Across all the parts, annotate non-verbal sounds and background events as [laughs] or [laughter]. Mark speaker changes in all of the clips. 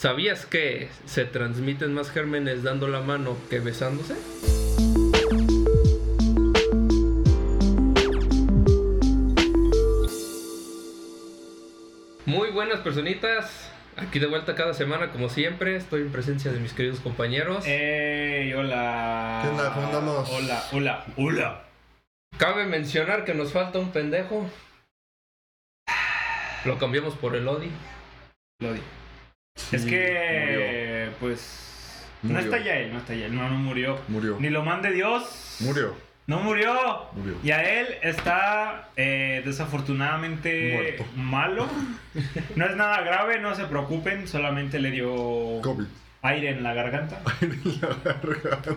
Speaker 1: ¿Sabías que se transmiten más gérmenes dando la mano que besándose? Muy buenas personitas, aquí de vuelta cada semana como siempre, estoy en presencia de mis queridos compañeros.
Speaker 2: Eh. ¡Ey! ¡Hola!
Speaker 3: ¿Qué onda? ¿Cómo andamos?
Speaker 2: Hola, hola, hola.
Speaker 1: Cabe mencionar que nos falta un pendejo. Lo cambiamos por el Odi.
Speaker 2: Lodi.
Speaker 3: Sí,
Speaker 2: es que, pues, no
Speaker 3: Murió.
Speaker 2: está ya él, no está ya él, no, no murió.
Speaker 3: Murió.
Speaker 2: Ni
Speaker 3: Murió.
Speaker 2: lo mande Dios.
Speaker 3: Murió.
Speaker 2: No murió.
Speaker 3: Murió.
Speaker 2: Y a él está eh, desafortunadamente
Speaker 3: Muerto. [laughs]
Speaker 2: malo. No es nada grave, no se preocupen, solamente le dio
Speaker 3: COVID. [laughs]
Speaker 2: aire en la garganta.
Speaker 3: En la garganta.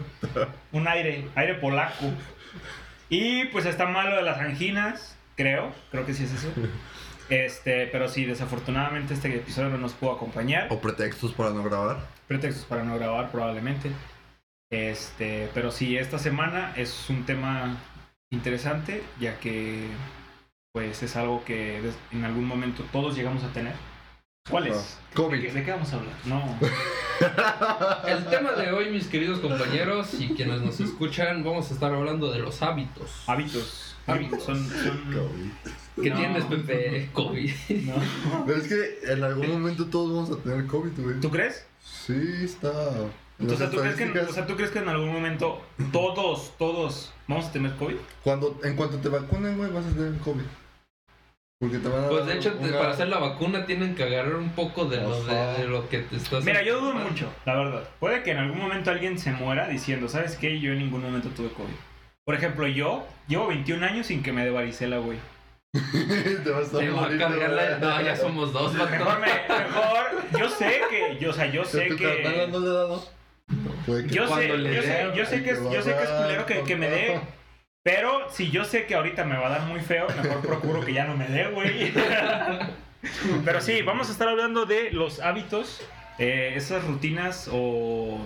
Speaker 2: Un aire, aire polaco. Y pues está malo de las anginas, creo, creo que sí es eso. Este, pero sí, desafortunadamente este episodio no nos pudo acompañar.
Speaker 3: O pretextos para no grabar.
Speaker 2: Pretextos para no grabar probablemente. Este, pero sí, esta semana es un tema interesante, ya que pues es algo que des- en algún momento todos llegamos a tener. ¿Cuál es?
Speaker 1: Ah,
Speaker 2: ¿De qué,
Speaker 3: COVID.
Speaker 2: de qué vamos a hablar? No.
Speaker 1: El tema de hoy, mis queridos compañeros y quienes nos escuchan, vamos a estar hablando de los hábitos.
Speaker 2: Hábitos.
Speaker 1: Hábitos.
Speaker 2: Son, son-
Speaker 3: COVID.
Speaker 1: ¿Qué
Speaker 2: No.
Speaker 1: tienes, Pepe? COVID.
Speaker 2: no.
Speaker 3: Pero es que en algún momento todos vamos a tener COVID, güey.
Speaker 2: ¿Tú crees?
Speaker 3: Sí, está.
Speaker 2: O
Speaker 3: Las
Speaker 2: sea, ¿tú crees que,
Speaker 3: estadísticas,
Speaker 2: o sea, ¿tú crees que en algún momento todos, todos vamos a tener COVID?
Speaker 3: cuando, en cuanto te vacunen, güey, vas a tener COVID. Porque te van a.
Speaker 1: Pues
Speaker 3: dar
Speaker 1: de hecho, te-
Speaker 3: una-
Speaker 1: para hacer la vacuna tienen que agarrar un poco de lo, de,
Speaker 3: Ajá.
Speaker 1: de lo que te estás.
Speaker 2: Mira, yo dudo mucho, la verdad. Puede que en algún momento alguien se muera diciendo, ¿sabes qué? Yo en ningún momento tuve COVID. Por ejemplo, yo llevo 21 años sin que me dé varicela, güey.
Speaker 3: [laughs] te vas a
Speaker 1: Te va a
Speaker 3: morir,
Speaker 1: cargar la-
Speaker 3: güey.
Speaker 1: No, ya somos dos,
Speaker 2: Mejor,
Speaker 1: vato.
Speaker 2: me, mejor, yo sé que, yo, o sea, yo
Speaker 3: Si a
Speaker 2: sé
Speaker 3: tu carnala no
Speaker 2: que...
Speaker 3: le ha dado. No, puede que.
Speaker 2: Yo sé,
Speaker 1: Cuando le
Speaker 2: yo sé,
Speaker 1: dé,
Speaker 2: yo sé que es, yo sé que es culero que, que me dé, pero si yo sé que ahorita me va a dar muy feo, mejor procuro que ya no me dé, güey. Pero sí, vamos a estar hablando de los hábitos, eh, esas rutinas o,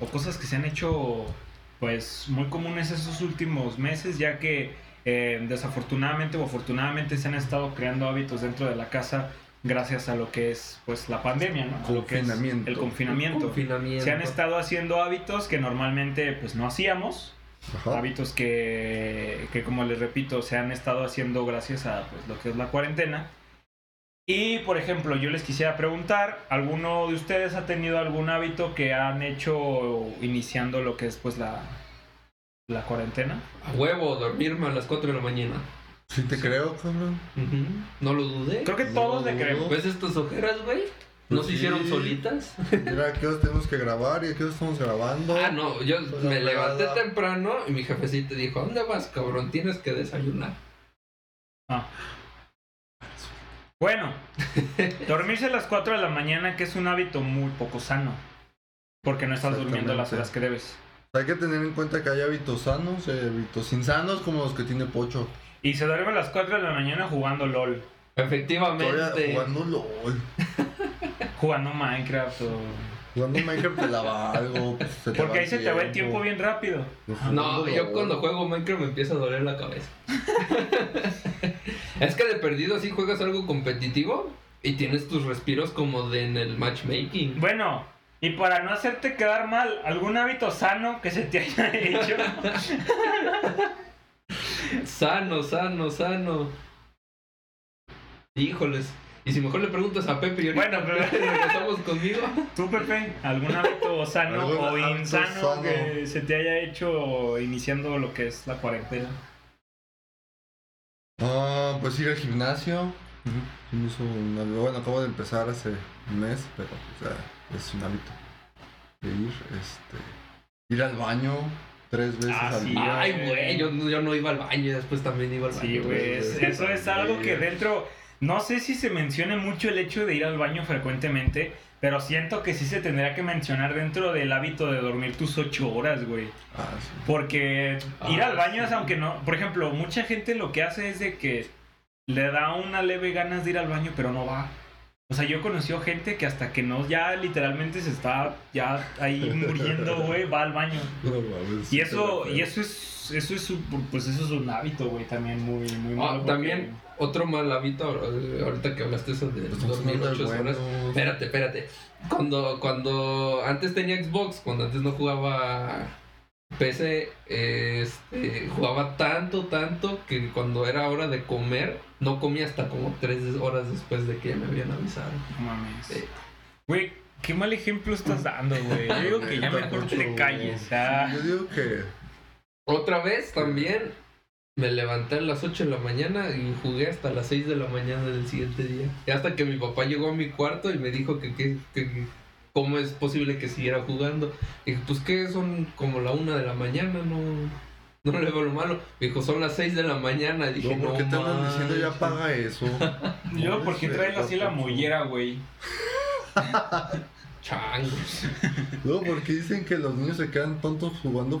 Speaker 2: o cosas que se han hecho pues muy comunes esos últimos meses, ya que eh, desafortunadamente o afortunadamente se han estado creando hábitos dentro de la casa gracias a lo que es pues la pandemia, ¿no? Lo que es
Speaker 3: Confinamiento.
Speaker 2: El confinamiento.
Speaker 1: Confinamiento.
Speaker 2: Se han estado haciendo hábitos que normalmente pues no hacíamos,
Speaker 3: Ajá.
Speaker 2: hábitos que, que, como les repito, se han estado haciendo gracias a pues, lo que es la cuarentena. Y, por ejemplo, yo les quisiera preguntar, ¿alguno de ustedes ha tenido algún hábito que han hecho iniciando lo que es pues la, la cuarentena?
Speaker 1: A huevo, dormirme a las 4 de la mañana.
Speaker 3: Sí, te creo, cabrón.
Speaker 1: Ujú, No lo dudé.
Speaker 2: Creo que
Speaker 3: No,
Speaker 2: todos le
Speaker 3: no.
Speaker 2: creemos.
Speaker 1: ¿Ves estas ojeras, güey? ¿No
Speaker 3: Pues
Speaker 1: se hicieron
Speaker 3: sí.
Speaker 1: solitas?
Speaker 3: Mira, ¿qué horas tenemos que grabar y a qué horas estamos grabando?
Speaker 1: Ah, no, yo
Speaker 3: Pues
Speaker 1: me
Speaker 3: la
Speaker 1: levanté
Speaker 3: verdad.
Speaker 1: temprano y mi jefecito dijo, ¿a dónde vas, cabrón? Tienes que desayunar.
Speaker 3: [laughs]
Speaker 2: Bueno, dormirse a las 4 de la mañana, que es un hábito muy poco sano, porque no estás durmiendo las
Speaker 3: Exactamente.
Speaker 2: horas que debes.
Speaker 3: Hay que tener en cuenta que hay hábitos sanos, eh, hábitos insanos como los que tiene Pocho.
Speaker 2: Y se duerme a las 4 de la mañana jugando LOL,
Speaker 3: Todavía
Speaker 1: Efectivamente.
Speaker 3: jugando LOL.
Speaker 2: jugando Minecraft o...
Speaker 3: Jugando Minecraft te lava algo. pues, se te
Speaker 2: Porque
Speaker 3: va
Speaker 2: ahí se te va el tiempo bien rápido.
Speaker 1: Ah, No,
Speaker 3: Jugando
Speaker 1: yo
Speaker 3: LOL.
Speaker 1: cuando juego Minecraft me empieza a doler la cabeza. [laughs] es que de perdido si juegas algo competitivo y tienes tus respiros como de en el matchmaking.
Speaker 2: Bueno, y para no hacerte quedar mal, ¿algún hábito sano que se te haya [laughs] hecho?
Speaker 1: Sano, sano, sano. Híjoles. Y si mejor le preguntas a Pepe y ahorita
Speaker 2: Bueno, pero-
Speaker 1: [laughs] regresamos
Speaker 2: [laughs]
Speaker 1: conmigo.
Speaker 2: ¿Tú, Pepe? ¿Algún hábito sano
Speaker 3: ¿Algún
Speaker 2: o
Speaker 3: hábito
Speaker 2: insano
Speaker 3: sano?
Speaker 2: que se te haya hecho iniciando lo que es la cuarentena?
Speaker 3: Ah, pues ir al gimnasio. Se me hizo un hábito. Bueno, acabo de empezar hace un mes, pero o sea, es un hábito. De ir, este. Ir al baño tres veces
Speaker 2: Ah,
Speaker 3: al
Speaker 2: sí.
Speaker 3: día.
Speaker 1: Ay,
Speaker 2: güey.
Speaker 1: güey, yo, no- yo no iba al baño y después también iba al baño.
Speaker 2: Sí, güey, es- eso es algo que dentro... No sé si se mencione mucho el hecho de ir al baño frecuentemente, pero siento que sí se tendría que mencionar dentro del hábito de dormir tus ocho horas, güey.
Speaker 3: Ah, sí.
Speaker 2: Porque
Speaker 1: Ah,
Speaker 2: ir al baño es
Speaker 1: sí.
Speaker 2: aunque no. Por ejemplo, mucha gente lo que hace es de que le da una leve ganas de ir al baño, pero no va. O sea, yo he conocido gente que hasta que no, ya literalmente se está ya
Speaker 1: [laughs]
Speaker 2: ahí muriendo, güey, va al baño.
Speaker 3: No mames,
Speaker 2: Y
Speaker 3: sí,
Speaker 2: eso,
Speaker 3: pero-
Speaker 2: y eso es, eso es, un- pues eso es un hábito, güey, también muy, muy
Speaker 1: Ah,
Speaker 2: malo. porque
Speaker 1: también Otro mal hábito, ahor- ahorita que hablaste eso de
Speaker 3: Pues, no
Speaker 1: dormir
Speaker 3: es
Speaker 1: ocho
Speaker 3: bueno.
Speaker 1: horas. Espérate, espérate. Cuando, cuando antes tenía Xbox, cuando antes no jugaba PC, este, jugaba tanto, tanto que cuando era hora de comer, no comía hasta como tres horas después de que ya me habían avisado.
Speaker 2: No mames.
Speaker 1: Eh.
Speaker 2: Güey, qué mal ejemplo estás dando, güey. Yo digo
Speaker 1: [laughs]
Speaker 2: que ya
Speaker 3: Neta,
Speaker 2: mejor
Speaker 3: Poncho.
Speaker 2: te calles. ah.
Speaker 3: Yo digo que.
Speaker 1: Otra vez también me levanté a las 8 de la mañana y jugué hasta las 6 de la mañana del siguiente día. Y hasta que mi papá llegó a mi cuarto y me dijo que, que- que- cómo es posible que siguiera jugando. Dije, pues que son como la 1 de la mañana, no, no le veo lo malo. Me dijo, son las 6 de la mañana. Dije,
Speaker 3: No,
Speaker 1: no,
Speaker 3: ¿por qué te andan
Speaker 1: manches".
Speaker 3: diciendo ya
Speaker 1: [laughs]
Speaker 3: paga eso?
Speaker 2: Yo, ¿por qué traes así la mollera, güey?
Speaker 1: Changos,
Speaker 3: No, porque dicen que los niños se quedan tontos jugando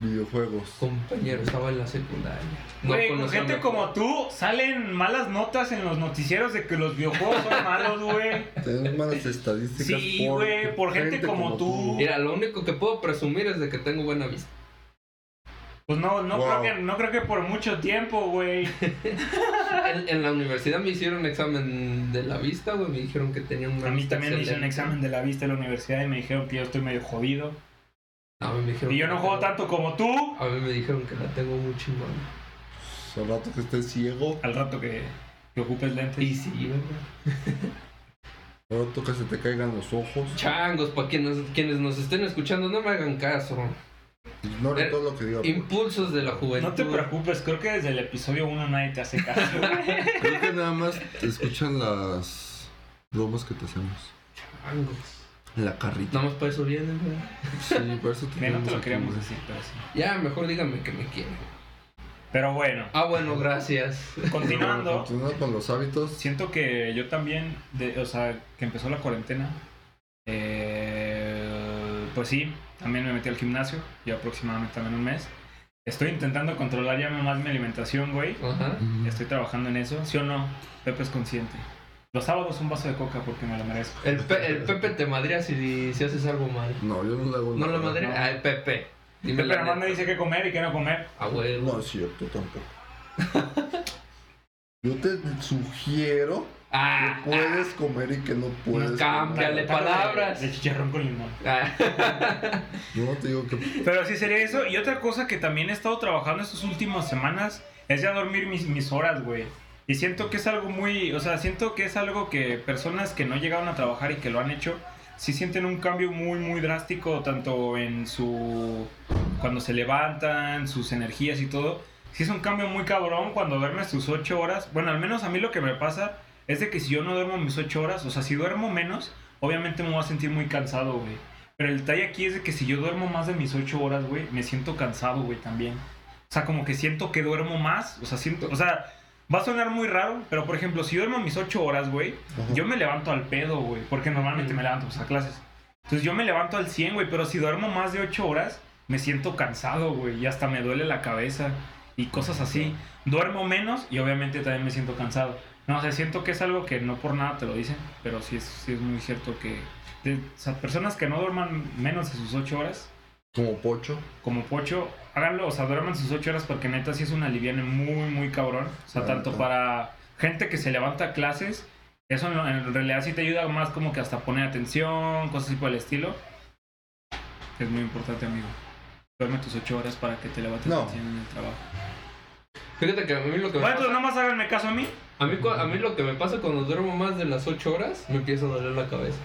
Speaker 3: videojuegos.
Speaker 1: compañero, estaba en la secundaria.
Speaker 2: Güey, con
Speaker 1: conocía a
Speaker 2: gente
Speaker 1: mi-
Speaker 2: como tú salen malas notas en los noticieros de que los videojuegos
Speaker 1: [laughs]
Speaker 2: son malos, güey.
Speaker 3: Tienen malas estadísticas.
Speaker 2: Sí, güey, por gente como tú.
Speaker 1: Mira, lo único que puedo presumir es de que tengo buena vista.
Speaker 2: Pues no, no,
Speaker 3: Wow.
Speaker 2: creo, que, no creo que por mucho tiempo, güey.
Speaker 1: En, en la universidad me hicieron examen de la vista, güey. Me dijeron que tenía una
Speaker 2: A mí
Speaker 1: vista
Speaker 2: también me hicieron
Speaker 1: excelente.
Speaker 2: examen de la vista en la universidad y me dijeron que yo estoy medio jodido.
Speaker 1: A mí me dijeron
Speaker 2: Y yo
Speaker 1: que
Speaker 2: no
Speaker 1: la
Speaker 2: juego
Speaker 1: tengo-
Speaker 2: tanto como tú.
Speaker 1: A mí me dijeron que la tengo muy chingona.
Speaker 3: Al rato que estés ciego,
Speaker 2: Al rato que, que ocupes
Speaker 1: Y
Speaker 2: lentes.
Speaker 1: sí, ¿verdad?
Speaker 3: al rato que se te caigan los ojos.
Speaker 1: Changos, para quienes, quienes nos estén escuchando, no me hagan caso.
Speaker 3: Ignore
Speaker 1: Pero-
Speaker 3: todo lo que diga. porque
Speaker 1: Impulsos de la juventud.
Speaker 2: No te preocupes, creo que desde el episodio 1 nadie te hace
Speaker 1: [laughs]
Speaker 2: caso. güey.
Speaker 3: Creo que nada más te escuchan las bromas que te hacemos.
Speaker 1: Changos.
Speaker 3: En la carrita.
Speaker 1: Nada más para eso vienen, güey.
Speaker 3: Sí, por eso te
Speaker 2: Mira, no te lo
Speaker 3: tenemos aquí,
Speaker 2: queríamos
Speaker 3: güey.
Speaker 2: decir, pero sí.
Speaker 1: Ya, mejor díganme que me quieren.
Speaker 2: Pero bueno,
Speaker 1: Ah, bueno, gracias.
Speaker 2: continuando.
Speaker 3: Continuando con los hábitos.
Speaker 2: Siento que yo también, de- o sea, que empezó la cuarentena, eh, pues sí, también me metí al gimnasio, ya aproximadamente también un mes. Estoy intentando controlar ya más mi alimentación, güey.
Speaker 1: Ajá.
Speaker 2: Estoy trabajando en eso, ¿sí o no? Pepe es consciente. Los sábados un vaso de coca porque me lo merezco.
Speaker 1: El, Pe- el Pepe te madrea si, si haces algo mal.
Speaker 3: No, yo no le hago
Speaker 1: No
Speaker 3: nada.
Speaker 1: lo madrea. Ah, el Pepe. Dime
Speaker 2: Pepe
Speaker 1: la
Speaker 2: nada más
Speaker 1: neta.
Speaker 2: me dice qué comer y qué no comer.
Speaker 1: Ah, güey.
Speaker 3: No es cierto tampoco. [laughs] Yo te sugiero
Speaker 1: Ah,
Speaker 3: que puedes comer y que no puedes.
Speaker 1: cámbiale.
Speaker 3: comer.
Speaker 1: Dale palabras.
Speaker 2: De, de chicharrón con limón.
Speaker 1: ah.
Speaker 3: Yo no te digo que.
Speaker 2: Pero sí sería eso. Y otra cosa que también he estado trabajando estas últimas semanas es ya dormir mis, mis horas, güey. Y siento que es algo muy, o sea, siento que es algo que personas que no llegaron a trabajar y que lo han hecho, sí sienten un cambio muy, muy drástico, tanto en su, cuando se levantan, sus energías y todo. Sí es un cambio muy cabrón cuando duermes tus 8 horas. Bueno, al menos a mí lo que me pasa es de que si yo no duermo mis 8 horas, o sea, si duermo menos, obviamente me voy a sentir muy cansado, güey. Pero el detalle aquí es de que si yo duermo más de mis 8 horas, güey, me siento cansado, güey, también. O sea, como que siento que duermo más, o sea, siento, o sea, va a sonar muy raro, pero por ejemplo, si duermo mis 8 horas, güey, yo me levanto al pedo, güey, porque normalmente me levanto pues, a clases. Entonces yo me levanto al 100, güey, pero si duermo más de 8 horas, me siento cansado, güey, y hasta me duele la cabeza y cosas así. Duermo menos y obviamente también me siento cansado. No, o sea, siento que es algo que no por nada te lo dicen, pero sí es, sí es muy cierto que... de- o sea, personas que no duerman menos de sus 8 horas,
Speaker 3: Como pocho.
Speaker 2: como Pocho, háganlo, o sea, duerman sus 8 horas porque neta sí es una aliviane muy, muy cabrón. O sea,
Speaker 3: La
Speaker 2: tanto
Speaker 3: neta.
Speaker 2: para gente que se levanta a clases, eso en, en realidad sí te ayuda más como que hasta poner atención, cosas así por el estilo. Es muy importante, amigo. Duerme tus 8 horas para que te levantes
Speaker 3: No.
Speaker 2: al cien en el trabajo.
Speaker 1: Fíjate que a mí lo que me
Speaker 2: Bueno,
Speaker 1: pasa,
Speaker 2: entonces nada más háganme caso a mí.
Speaker 1: a mí, cu- a mí lo que me pasa cuando duermo más de las 8 horas, me empieza a doler la cabeza.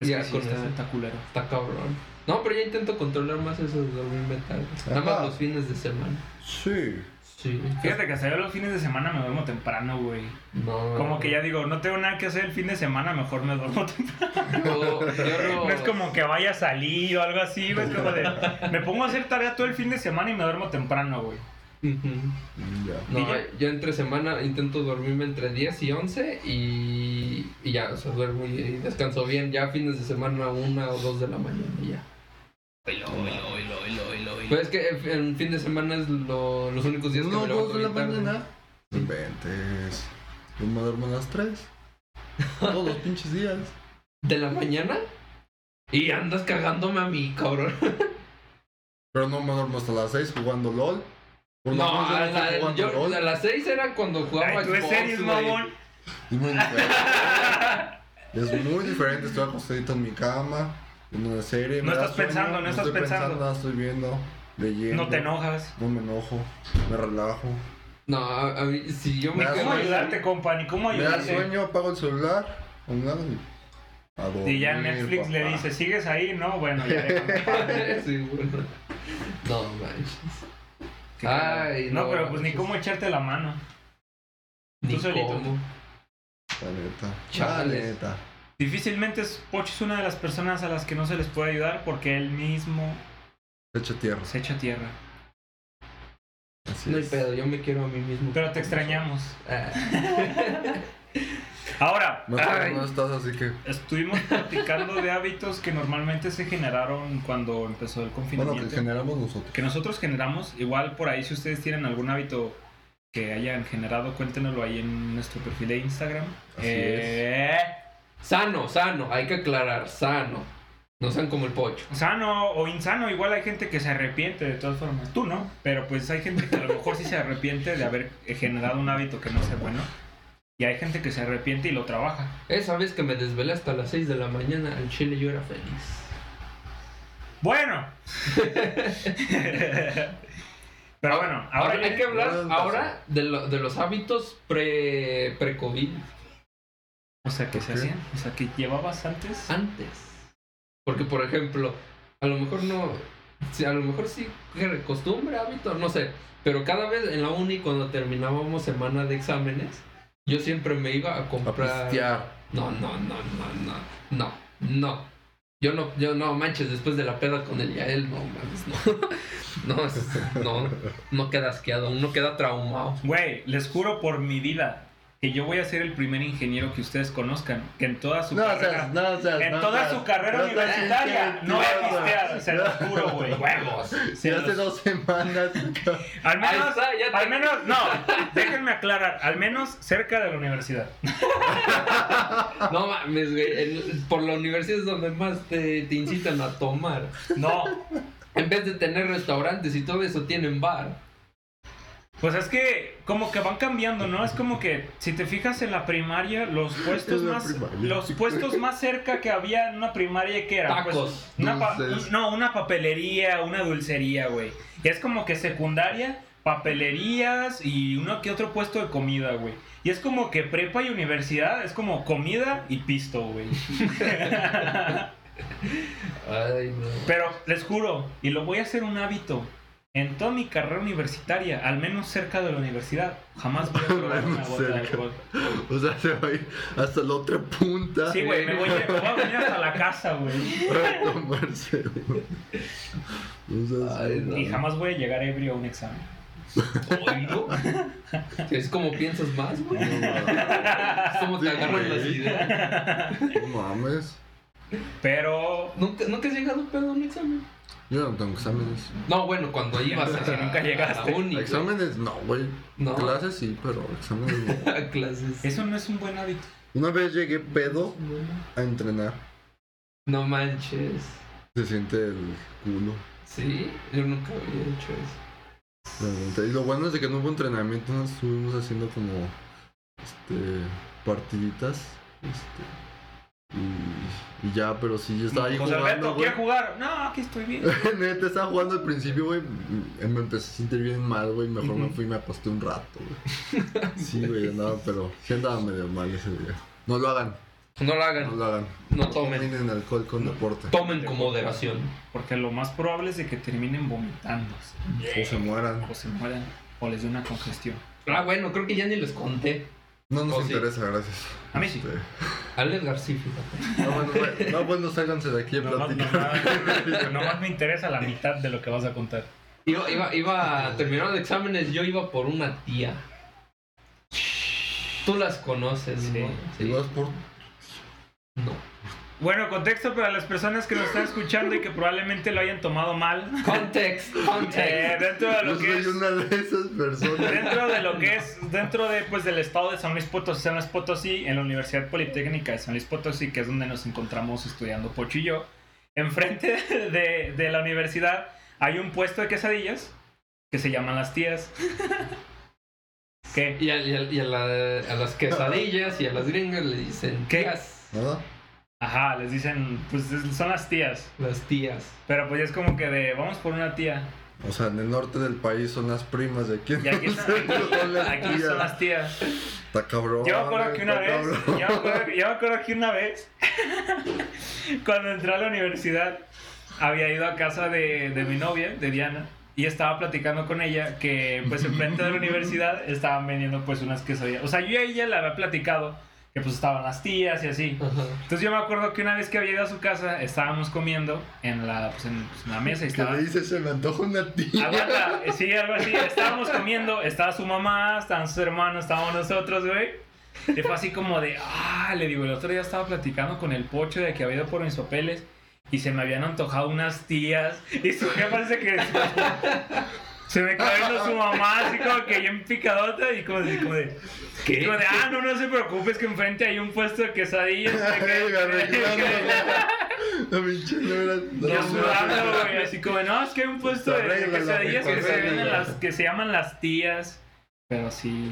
Speaker 2: Es
Speaker 1: Ya,
Speaker 2: que sí,
Speaker 1: con
Speaker 2: está,
Speaker 1: eso.
Speaker 2: está culero.
Speaker 1: Está cabrón. No, pero ya intento controlar más eso de dormirme tarde. Nada más
Speaker 3: Ajá.
Speaker 1: los fines de semana.
Speaker 3: Sí.
Speaker 1: Sí.
Speaker 2: Fíjate que hasta yo los fines de semana me duermo temprano, güey.
Speaker 1: No.
Speaker 2: Como que ya digo, no tengo nada que hacer el fin de semana, mejor me duermo [laughs] temprano.
Speaker 1: Yo, yo no-
Speaker 2: No es como que vaya a salir o algo así, güey. Es
Speaker 1: [laughs]
Speaker 2: como de. Me pongo a hacer tarea todo el fin de semana y me duermo temprano, güey.
Speaker 1: Ujú.
Speaker 3: Ya.
Speaker 1: No,
Speaker 2: ¿Y
Speaker 1: yo entre semana intento dormirme entre 10 y 11 y, y ya, o sea, duermo y, y descanso bien. Ya fines de semana, una o dos de la mañana y ya. Pero es que eh, en fin de semana es lo- los únicos días que
Speaker 3: No,
Speaker 1: me levanto
Speaker 3: dos de la
Speaker 1: bien tarde.
Speaker 3: mañana. No Inventes. Yo me duermo a las
Speaker 1: [laughs]
Speaker 3: tres. Todos los pinches días.
Speaker 1: ¿De la mañana? Y andas cagándome a mí, cabrón.
Speaker 3: Pero no me duermo hasta las seis jugando LOL. Por lo
Speaker 1: No,
Speaker 3: menos ya
Speaker 1: a, la-
Speaker 3: estoy jugando
Speaker 1: yo-
Speaker 3: LOL.
Speaker 1: a las 6 era cuando jugaba
Speaker 2: Ay, tú es
Speaker 1: Xbox,
Speaker 2: series,
Speaker 1: güey.
Speaker 2: mamón.
Speaker 3: Es muy diferente. pues, es muy diferente. Estoy acostadito en mi cama, en una serie.
Speaker 2: No
Speaker 3: me da
Speaker 2: estás pensando, no estás
Speaker 3: estoy
Speaker 2: pensando.
Speaker 3: nada, estoy viendo, leyendo.
Speaker 2: No te enojas.
Speaker 3: No me enojo, me relajo.
Speaker 1: No, a, a mí, si yo me
Speaker 3: Me da
Speaker 2: ¿Cómo
Speaker 1: quedo-
Speaker 3: sueño.
Speaker 2: ayudarte, compa? ¿Ni cómo
Speaker 3: Me da
Speaker 2: ayudarte?
Speaker 3: sueño, apago el celular, a un lado y. A
Speaker 2: Y ya
Speaker 3: dormir,
Speaker 2: Netflix le
Speaker 3: papá.
Speaker 2: dice, ¿sigues ahí? No, bueno, ya déjame en paz.
Speaker 1: Sí, bueno. No manches. [laughs]
Speaker 2: Qué
Speaker 1: Ay,
Speaker 2: cabrón. no,
Speaker 1: no,
Speaker 2: pero pues ni
Speaker 1: manches.
Speaker 2: cómo echarte la mano. Tú solito.
Speaker 1: cómo.
Speaker 3: La neta.
Speaker 1: Chales.
Speaker 3: La neta.
Speaker 2: Difícilmente es- Pocho es una de las personas a las que no se les puede ayudar porque él mismo
Speaker 3: Hecho tierras.
Speaker 2: se echa tierra.
Speaker 3: Así
Speaker 1: No hay
Speaker 3: es.
Speaker 1: pedo, yo me quiero a mí mismo.
Speaker 2: Pero te extrañamos.
Speaker 1: Ah,
Speaker 2: Ahora,
Speaker 3: No,
Speaker 2: ay,
Speaker 3: no estás así que.
Speaker 2: estuvimos platicando de hábitos que normalmente se generaron cuando empezó el
Speaker 3: Bueno,
Speaker 2: confinamiento.
Speaker 3: que
Speaker 2: que,
Speaker 3: generamos nosotros.
Speaker 2: nosotros generamos. Igual por ahí, si ustedes tienen algún hábito que hayan generado, cuéntenoslo ahí en nuestro perfil de Instagram.
Speaker 3: Así
Speaker 2: eh,
Speaker 1: sano, sano, hay que aclarar, sano. No sean como el pocho.
Speaker 2: Sano o insano, igual hay gente que se arrepiente de todas formas. Tú no, pero pues hay gente que a lo mejor sí se arrepiente de haber generado un hábito que no sea bueno. Y hay gente que se arrepiente y lo trabaja.
Speaker 1: Esa vez que me desvelé hasta las 6 de la mañana al chile yo era feliz.
Speaker 2: Bueno. [laughs] pero
Speaker 3: Ah,
Speaker 2: bueno,
Speaker 1: Ahora,
Speaker 2: ahora
Speaker 1: hay que hablar
Speaker 3: Ahora-
Speaker 1: ahora de, lo- de los hábitos pre- pre-COVID
Speaker 2: O sea, que se
Speaker 3: Ok.
Speaker 2: hacían. O sea, que llevabas antes.
Speaker 1: antes. Porque, por ejemplo, a lo mejor no. sí, A lo mejor sí, que costumbre, hábito, no sé. Pero cada vez en la uni, cuando terminábamos semana de exámenes, yo siempre me iba a
Speaker 3: A
Speaker 1: comprar.
Speaker 3: pistear.
Speaker 1: No, no, no, no, no, no, no. Yo no, yo no manches después de la peda con el Yael, no mames, no. No, es- no, no queda asqueado, uno queda traumado.
Speaker 2: Güey, les juro por mi vida que yo voy a ser el primer ingeniero que ustedes conozcan. Que en toda su
Speaker 3: No
Speaker 2: carrera.
Speaker 3: seas, no seas.
Speaker 2: En
Speaker 3: no
Speaker 2: toda
Speaker 3: seas.
Speaker 2: su carrera
Speaker 3: No seas
Speaker 2: universitaria no he
Speaker 3: pisteando.
Speaker 2: pisteado, se los juro, güey. Huevos. Se
Speaker 3: [laughs] Si hace
Speaker 2: los-
Speaker 3: dos semanas.
Speaker 2: Al
Speaker 1: Ahí
Speaker 2: menos,
Speaker 1: está, ya te-
Speaker 2: al menos, no, déjenme aclarar, al menos cerca de la universidad.
Speaker 1: No mames, güey. en- por la universidad es donde más te, te incitan a tomar.
Speaker 2: No,
Speaker 1: En vez de tener restaurantes y todo eso, tienen bar.
Speaker 2: pues es que como que van cambiando, ¿no? Es como que si te fijas en la primaria,
Speaker 3: [laughs]
Speaker 2: los puestos
Speaker 3: En la
Speaker 2: más,
Speaker 3: primaria.
Speaker 2: los puestos más cerca que había en una primaria que era, Pues,
Speaker 1: Tacos,
Speaker 2: una pa-
Speaker 3: dulces.
Speaker 2: no, una papelería, una dulcería, güey. Y es como que secundaria, papelerías y uno que otro puesto de comida, güey. Y es como que prepa y universidad es como comida y pisto,
Speaker 3: [laughs]
Speaker 2: güey.
Speaker 1: Ay, no.
Speaker 2: Pero les juro, y lo voy a hacer un hábito. En toda mi carrera universitaria, al menos cerca de la universidad, jamás
Speaker 3: [laughs]
Speaker 2: voy a probar
Speaker 3: Al
Speaker 2: una
Speaker 3: menos
Speaker 2: gota de
Speaker 3: cerca.
Speaker 2: alcohol.
Speaker 3: O sea, se va a ir hasta la otra punta.
Speaker 2: Sí, güey, me voy, a, me voy a venir hasta la casa, güey.
Speaker 3: Para tomarse. güey. No seas-
Speaker 1: Ay, no.
Speaker 2: Y jamás voy a llegar ebrio a un examen.
Speaker 1: Oigo. Es como piensas más, güey.
Speaker 3: No mames.
Speaker 1: Es como te
Speaker 3: Sí,
Speaker 1: agarran las
Speaker 3: güey.
Speaker 1: ideas.
Speaker 3: No mames.
Speaker 2: Pero
Speaker 1: ¿Nunca, nunca has llegado pedo a un examen?
Speaker 3: Yo no tengo exámenes.
Speaker 1: No, bueno, cuando ibas a,
Speaker 2: Si nunca llegaste.
Speaker 1: a la uni. güey.
Speaker 3: Exámenes, no, güey.
Speaker 1: No.
Speaker 3: Clases sí, pero exámenes
Speaker 1: [laughs]
Speaker 3: no.
Speaker 1: A clases.
Speaker 2: eso no es un buen hábito.
Speaker 3: Una vez llegué pedo a entrenar.
Speaker 1: No manches.
Speaker 3: Se siente el culo.
Speaker 1: Sí, yo nunca había hecho eso.
Speaker 3: la neta. Y lo bueno es de que no hubo entrenamiento, nos estuvimos haciendo como este partiditas. Este, y, y ya, pero sí, yo estaba ahí
Speaker 2: José
Speaker 3: jugando,
Speaker 2: Alberto,
Speaker 3: güey.
Speaker 2: ¿quieres jugar? No, aquí estoy bien.
Speaker 3: [laughs] Neta, estaba jugando al principio, güey. m- Me empecé a sentir bien mal, güey. Mejor me
Speaker 1: Ujú.
Speaker 3: fui y me acosté un rato, güey.
Speaker 2: [laughs]
Speaker 3: Sí, güey, andaba, pero sí andaba medio mal ese día. No lo hagan,
Speaker 1: No lo
Speaker 3: no
Speaker 1: hagan.
Speaker 3: lo hagan.
Speaker 1: No tomen.
Speaker 3: Combinen alcohol con deporte.
Speaker 1: Tomen con moderación.
Speaker 2: Porque lo más probable es de que terminen vomitándose.
Speaker 3: O se mueran.
Speaker 2: O se mueran. O les dé una congestión.
Speaker 1: Ah, bueno, creo que ya ni les conté.
Speaker 3: No nos
Speaker 1: O sí.
Speaker 3: interesa, gracias.
Speaker 2: A mí Oh, sí.
Speaker 3: Este,
Speaker 1: Alex García, fíjate.
Speaker 3: No, bueno, güey, no, bueno, sálganse de aquí a
Speaker 2: Nomás,
Speaker 3: platicar.
Speaker 2: nomás- [laughs] nomás me interesa la mitad de lo que vas a contar.
Speaker 1: Iba, iba, iba terminando exámenes, yo iba por una tía. Tú las conoces,
Speaker 2: Sí.
Speaker 1: ¿no?
Speaker 3: Y vas por
Speaker 1: No.
Speaker 2: Bueno, contexto para las personas que nos están escuchando y que probablemente lo hayan tomado mal.
Speaker 1: Context,
Speaker 2: Eh,
Speaker 1: context.
Speaker 2: dentro de
Speaker 3: Yo
Speaker 2: lo que
Speaker 3: soy
Speaker 2: es.
Speaker 3: una de esas
Speaker 2: [laughs]
Speaker 3: personas.
Speaker 2: Dentro de lo
Speaker 3: [laughs]
Speaker 2: que es, dentro de, pues, del estado de San Luis Potosí, San Luis Potosí, en la Universidad Politécnica de San Luis Potosí, que es donde nos encontramos estudiando Pocho y yo, enfrente de, de la universidad hay un puesto de quesadillas que se llaman las
Speaker 3: [laughs]
Speaker 2: tías. ¿Qué?
Speaker 1: Y, a, y a- y a la- a las quesadillas y a las gringas le dicen
Speaker 2: ¿Qué?
Speaker 1: tías.
Speaker 3: ¿Nada?
Speaker 2: Ajá, les dicen, pues es- son las tías.
Speaker 1: Las tías.
Speaker 2: Pero pues ya es como que de, vamos por una tía.
Speaker 3: O sea, en el norte del país son las primas de aquí.
Speaker 2: Y
Speaker 3: [laughs]
Speaker 2: aquí están-
Speaker 3: entonces, son las
Speaker 2: Aquí
Speaker 3: tías.
Speaker 2: son las tías.
Speaker 3: Está cabrón.
Speaker 2: Yo me acuerdo que una
Speaker 3: está
Speaker 2: vez, yo
Speaker 3: cabrón.
Speaker 2: me acuerdo, yo me acuerdo que una vez, [laughs] cuando entré a la universidad, había ido a casa de, de mi novia, de Diana, y estaba platicando con ella que pues enfrente de la universidad estaban vendiendo pues unas quesadillas. O sea, yo a ella le había platicado que pues estaban las tías y así.
Speaker 1: Ajá.
Speaker 2: Entonces yo me acuerdo que una vez que había ido a su casa, estábamos comiendo en la, pues, en, pues, en la mesa y
Speaker 3: Que
Speaker 2: estaba... Ah,
Speaker 3: le dices, se me antoja una tía. [laughs]
Speaker 2: Aguanta, sí, algo así. Estábamos comiendo, estaba su mamá, estaban sus hermanos, estábamos nosotros, güey. Y fue así como de, ah, le digo, el otro día estaba platicando con el pocho de que había ido por mis papeles y se me habían antojado unas tías. Y su jefa dice que se me cae viendo su mamá, así como que bien picadota y como de, como de,
Speaker 1: ¿Qué?
Speaker 2: como de, ah, no, no se preocupes que enfrente hay un puesto de quesadillas.
Speaker 3: [laughs]
Speaker 2: [laughs]
Speaker 3: Ay, me arreglaron. La pinche nuera.
Speaker 2: Y
Speaker 3: No,
Speaker 2: sudando, güey, así como, no, es que hay un puesto de, de
Speaker 3: Arréglala,
Speaker 2: quesadillas
Speaker 3: mijo,
Speaker 2: que se, venden
Speaker 3: arréglala.
Speaker 2: las, que se llaman las tías. Pero sí.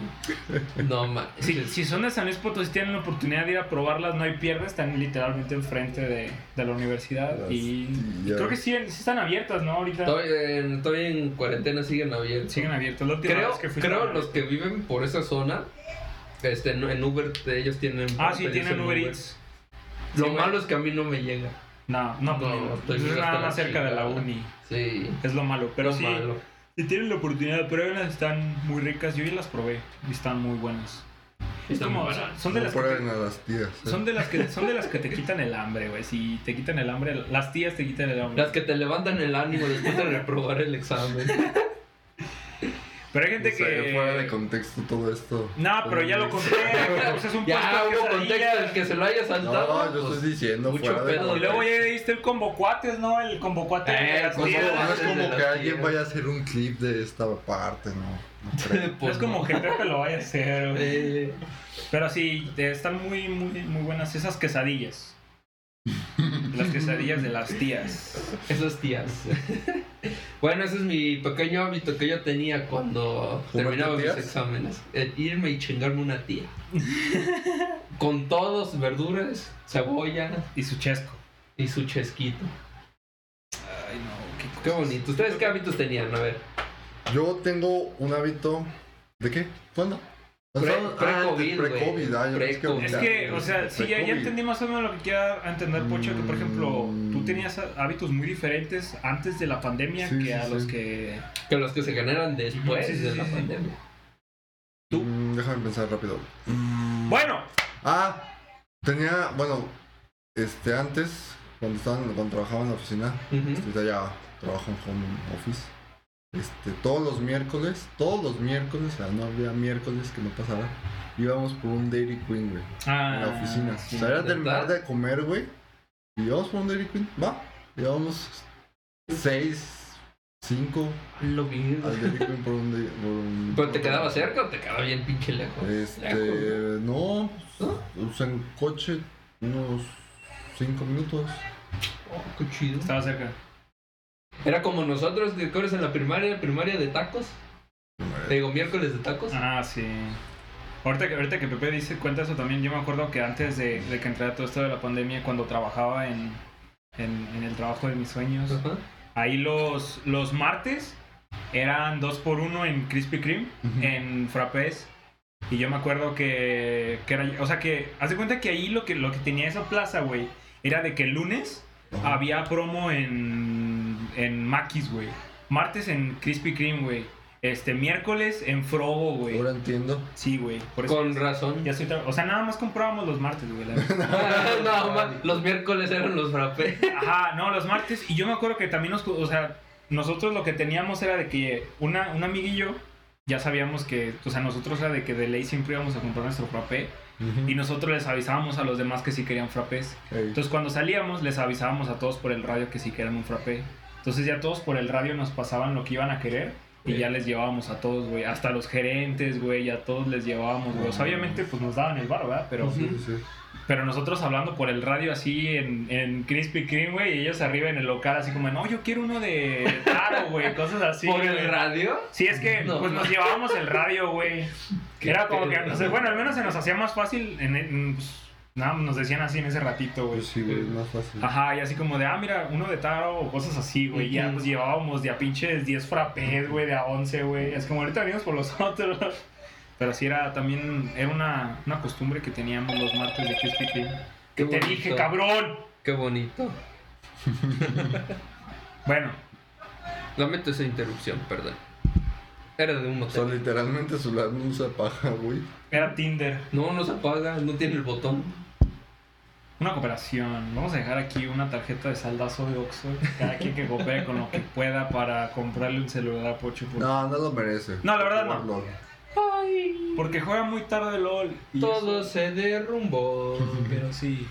Speaker 1: No manches.
Speaker 2: Si, si son de San Luis Potosí, tienen la oportunidad de ir a probarlas, no hay pierdas, están literalmente enfrente de, de la universidad.
Speaker 3: Las
Speaker 2: Y, y
Speaker 3: tías.
Speaker 2: creo que sí, sí están abiertas, ¿no? Ahorita
Speaker 1: Todavía en, todavía en cuarentena siguen abiertos.
Speaker 2: siguen abiertas. La última
Speaker 1: Creo,
Speaker 2: vez que fui
Speaker 1: creo
Speaker 2: estaba
Speaker 1: los que viven por esa zona, este, en, en Uber, te- ellos tienen.
Speaker 2: abierta. Ah, sí,
Speaker 1: pedís
Speaker 2: tienen
Speaker 1: en
Speaker 2: Uber Eats.
Speaker 1: Lo
Speaker 2: Sí, güey.
Speaker 1: malo es que a mí no me llega.
Speaker 2: No, no, pues,
Speaker 1: No,
Speaker 2: no,
Speaker 1: estoy
Speaker 2: es
Speaker 1: hasta
Speaker 2: nada
Speaker 1: la
Speaker 2: más cerca de la
Speaker 1: chingada.
Speaker 2: uni.
Speaker 1: Sí.
Speaker 2: Es lo malo, pero
Speaker 1: lo
Speaker 2: sí,
Speaker 1: malo.
Speaker 2: si tienen la oportunidad, pruébenlas, están muy ricas. Yo ya las probé y están muy buenas. Es
Speaker 1: Están
Speaker 2: como,
Speaker 1: muy
Speaker 2: o sea,
Speaker 1: buenas.
Speaker 2: son de
Speaker 3: no
Speaker 2: las que te-
Speaker 3: prueben a las tías. eh.
Speaker 2: Son de las que son de las que te quitan el hambre, güey. Si te quitan el hambre, las tías te quitan el hambre.
Speaker 1: Las que te levantan el ánimo después de reprobar el
Speaker 2: [laughs]
Speaker 1: examen.
Speaker 2: Pero hay gente
Speaker 3: O sea,
Speaker 2: que
Speaker 3: Fuera de contexto todo esto.
Speaker 2: No, pero ya lo conté.
Speaker 1: [laughs]
Speaker 2: pues es un
Speaker 1: ya
Speaker 2: puesto de
Speaker 1: hubo
Speaker 2: quesadillas.
Speaker 1: contexto el que se lo haya saltado.
Speaker 3: No, yo
Speaker 1: pues,
Speaker 3: estoy diciendo
Speaker 1: mucho
Speaker 3: fuera de
Speaker 1: pedo,
Speaker 2: Y luego ya diste el combocuates, ¿no? El combocuate
Speaker 1: Eh,
Speaker 2: de las
Speaker 1: combo-
Speaker 3: No,
Speaker 2: tías.
Speaker 1: Días
Speaker 3: no es
Speaker 1: de
Speaker 3: como
Speaker 1: las
Speaker 3: que alguien
Speaker 1: tías.
Speaker 3: vaya a hacer un clip de esta parte, no. no
Speaker 2: [laughs]
Speaker 3: creo.
Speaker 2: No es como gente que lo vaya a hacer, güey.
Speaker 1: pues, Eh,
Speaker 2: Pero sí, te- están muy, muy, muy buenas esas quesadillas. Las quesadillas de las tías.
Speaker 1: esas
Speaker 3: [laughs]
Speaker 1: tías. bueno, ese es mi pequeño hábito que yo tenía cuando
Speaker 3: ¿Fumarte
Speaker 1: terminaba mis
Speaker 3: tías?
Speaker 1: exámenes. El irme y chingarme una
Speaker 3: [laughs]
Speaker 1: tía. Con todos, verduras, cebolla
Speaker 2: Y su chesco.
Speaker 1: y su chesquito.
Speaker 2: Ay, no,
Speaker 1: Qué
Speaker 2: qué
Speaker 1: bonito. ¿Ustedes qué hábitos tenían? A ver.
Speaker 3: Yo tengo un hábito. ¿De qué? ¿Cuándo?
Speaker 1: Pre-
Speaker 3: Ah,
Speaker 1: pre-COVID,
Speaker 3: del pre-COVID,
Speaker 1: güey.
Speaker 3: ah, yo pensé
Speaker 1: Pre-COVID.
Speaker 2: Es
Speaker 3: ahorita.
Speaker 2: que, o sea, sí, ya, ya
Speaker 3: Pre-COVID.
Speaker 2: entendí más o menos lo que quiera entender Pocho, que por ejemplo,
Speaker 3: Mm.
Speaker 2: tú tenías hábitos muy diferentes antes de la pandemia
Speaker 3: Sí,
Speaker 2: que
Speaker 3: sí,
Speaker 2: a
Speaker 3: sí.
Speaker 2: los que...
Speaker 1: Que los que se generan después
Speaker 2: Sí, sí,
Speaker 1: de
Speaker 2: sí,
Speaker 1: la
Speaker 2: sí.
Speaker 1: pandemia.
Speaker 2: ¿Tú?
Speaker 3: Mm, déjame pensar rápido. Mm,
Speaker 2: Bueno,
Speaker 3: Ah, tenía, bueno, este, antes, cuando, estaban, cuando trabajaba en la oficina,
Speaker 1: Ujú.
Speaker 3: Ahorita ya trabajo en home office. Este, todos los miércoles, todos los miércoles, o sea, no había miércoles que no pasara, íbamos por un Dairy Queen, güey,
Speaker 2: ah,
Speaker 3: en la oficina.
Speaker 2: sí.
Speaker 3: o sea, era
Speaker 1: ¿verdad?
Speaker 3: terminar de comer, güey, y íbamos por un Dairy Queen, va, íbamos seis, cinco
Speaker 1: Lo vi.
Speaker 3: al Dairy Queen por un... Dairy- por un-
Speaker 1: ¿Pero te
Speaker 3: por-
Speaker 1: quedaba cerca o te quedaba bien pinche lejos?
Speaker 3: Este, no,
Speaker 1: ¿No?
Speaker 3: o sea, en coche unos cinco minutos.
Speaker 1: Oh, qué chido.
Speaker 2: Estaba cerca.
Speaker 1: Era como nosotros, ¿te acuerdas en la primaria? Primaria de tacos. Te digo, miércoles de tacos.
Speaker 2: Ah, sí. Ahorita que, ahorita que Pepe dice, cuenta eso también, yo me acuerdo que antes de, de que entrara todo esto de la pandemia, cuando trabajaba en, en, en el trabajo de mis sueños, [laughs]
Speaker 1: Ajá.
Speaker 2: ahí los, los martes eran dos por uno en Krispy Kreme.
Speaker 3: Ujú.
Speaker 2: en Frappés. Y yo me acuerdo que, que era. O sea, que. Haz de cuenta que ahí lo que, lo que tenía esa plaza, güey. Era de que el lunes
Speaker 3: Ajá.
Speaker 2: había promo en. En Maquis, güey. Martes en Krispy Kreme, güey. Este, miércoles en Frobo, güey.
Speaker 3: Ahora entiendo.
Speaker 2: Pues Sí, güey. Por eso.
Speaker 1: Con razón. [laughs]
Speaker 2: Ya soy tra- o sea, nada más comprábamos los martes, güey. la neta.
Speaker 1: Nada más, los miércoles eran los frappés.
Speaker 2: Ajá, no, los martes. Y yo me acuerdo que también nos. O sea, nosotros lo que teníamos era de que una, un amigo y yo ya sabíamos que. O sea, nosotros era de que de ley siempre íbamos a comprar nuestro frappé. Y nosotros les avisábamos a los demás que sí querían frappés.
Speaker 3: Ey.
Speaker 2: Entonces cuando salíamos les avisábamos a todos por el radio que sí querían un frappé. Entonces ya todos por el radio nos pasaban lo que iban a querer y
Speaker 1: Sí.
Speaker 2: ya les llevábamos a todos, güey. Hasta a los gerentes, güey, a todos les llevábamos, güey. O sea, obviamente pues nos daban el bar, ¿verdad? Pero
Speaker 3: Sí, sí, sí.
Speaker 2: Pero nosotros hablando por el radio así en, en Krispy Kreme, güey, y ellos arriba en el local así como, no, yo quiero uno de taro, güey, [laughs] cosas así.
Speaker 1: ¿Por
Speaker 2: güey.
Speaker 1: el radio?
Speaker 2: Sí, es que
Speaker 1: No.
Speaker 2: pues nos llevábamos el radio, güey.
Speaker 1: Qué
Speaker 2: Era como que,
Speaker 1: pedo.
Speaker 2: no sé, bueno, al menos se nos hacía más fácil, en, en- pues, nada, nos decían así en ese ratito, güey.
Speaker 3: Pues sí, güey, es más fácil.
Speaker 2: Ajá, y así como de, ah, mira, uno de taro o cosas así, güey. Ya
Speaker 1: Ujú.
Speaker 2: pues llevábamos de a pinches 10 frappés, güey, de a 11, güey. Es como ahorita venimos por los otros. Pero sí era también, era una, una costumbre que teníamos los martes de Krispy Kreme.
Speaker 1: Qué
Speaker 2: Que te
Speaker 1: bonito.
Speaker 2: dije, cabrón.
Speaker 1: Qué bonito.
Speaker 2: Bueno,
Speaker 1: Lamento esa interrupción, perdón. Era de un
Speaker 3: O
Speaker 1: motel.
Speaker 3: sea, literalmente su lado no usa paja, güey.
Speaker 2: era Tinder.
Speaker 1: No, no se apaga, no tiene el botón.
Speaker 2: Una cooperación. Vamos a dejar aquí una tarjeta de saldazo de Oxxo. Cada quien que coopere con lo que pueda para comprarle un celular a Pocho. por-
Speaker 3: No, no lo merece.
Speaker 2: No, la verdad no.
Speaker 3: Por favor,
Speaker 1: Ay,
Speaker 2: Porque juega muy tarde LOL. y
Speaker 1: todo
Speaker 2: eso-
Speaker 1: se
Speaker 2: [laughs]
Speaker 1: derrumbó.
Speaker 2: Pero sí.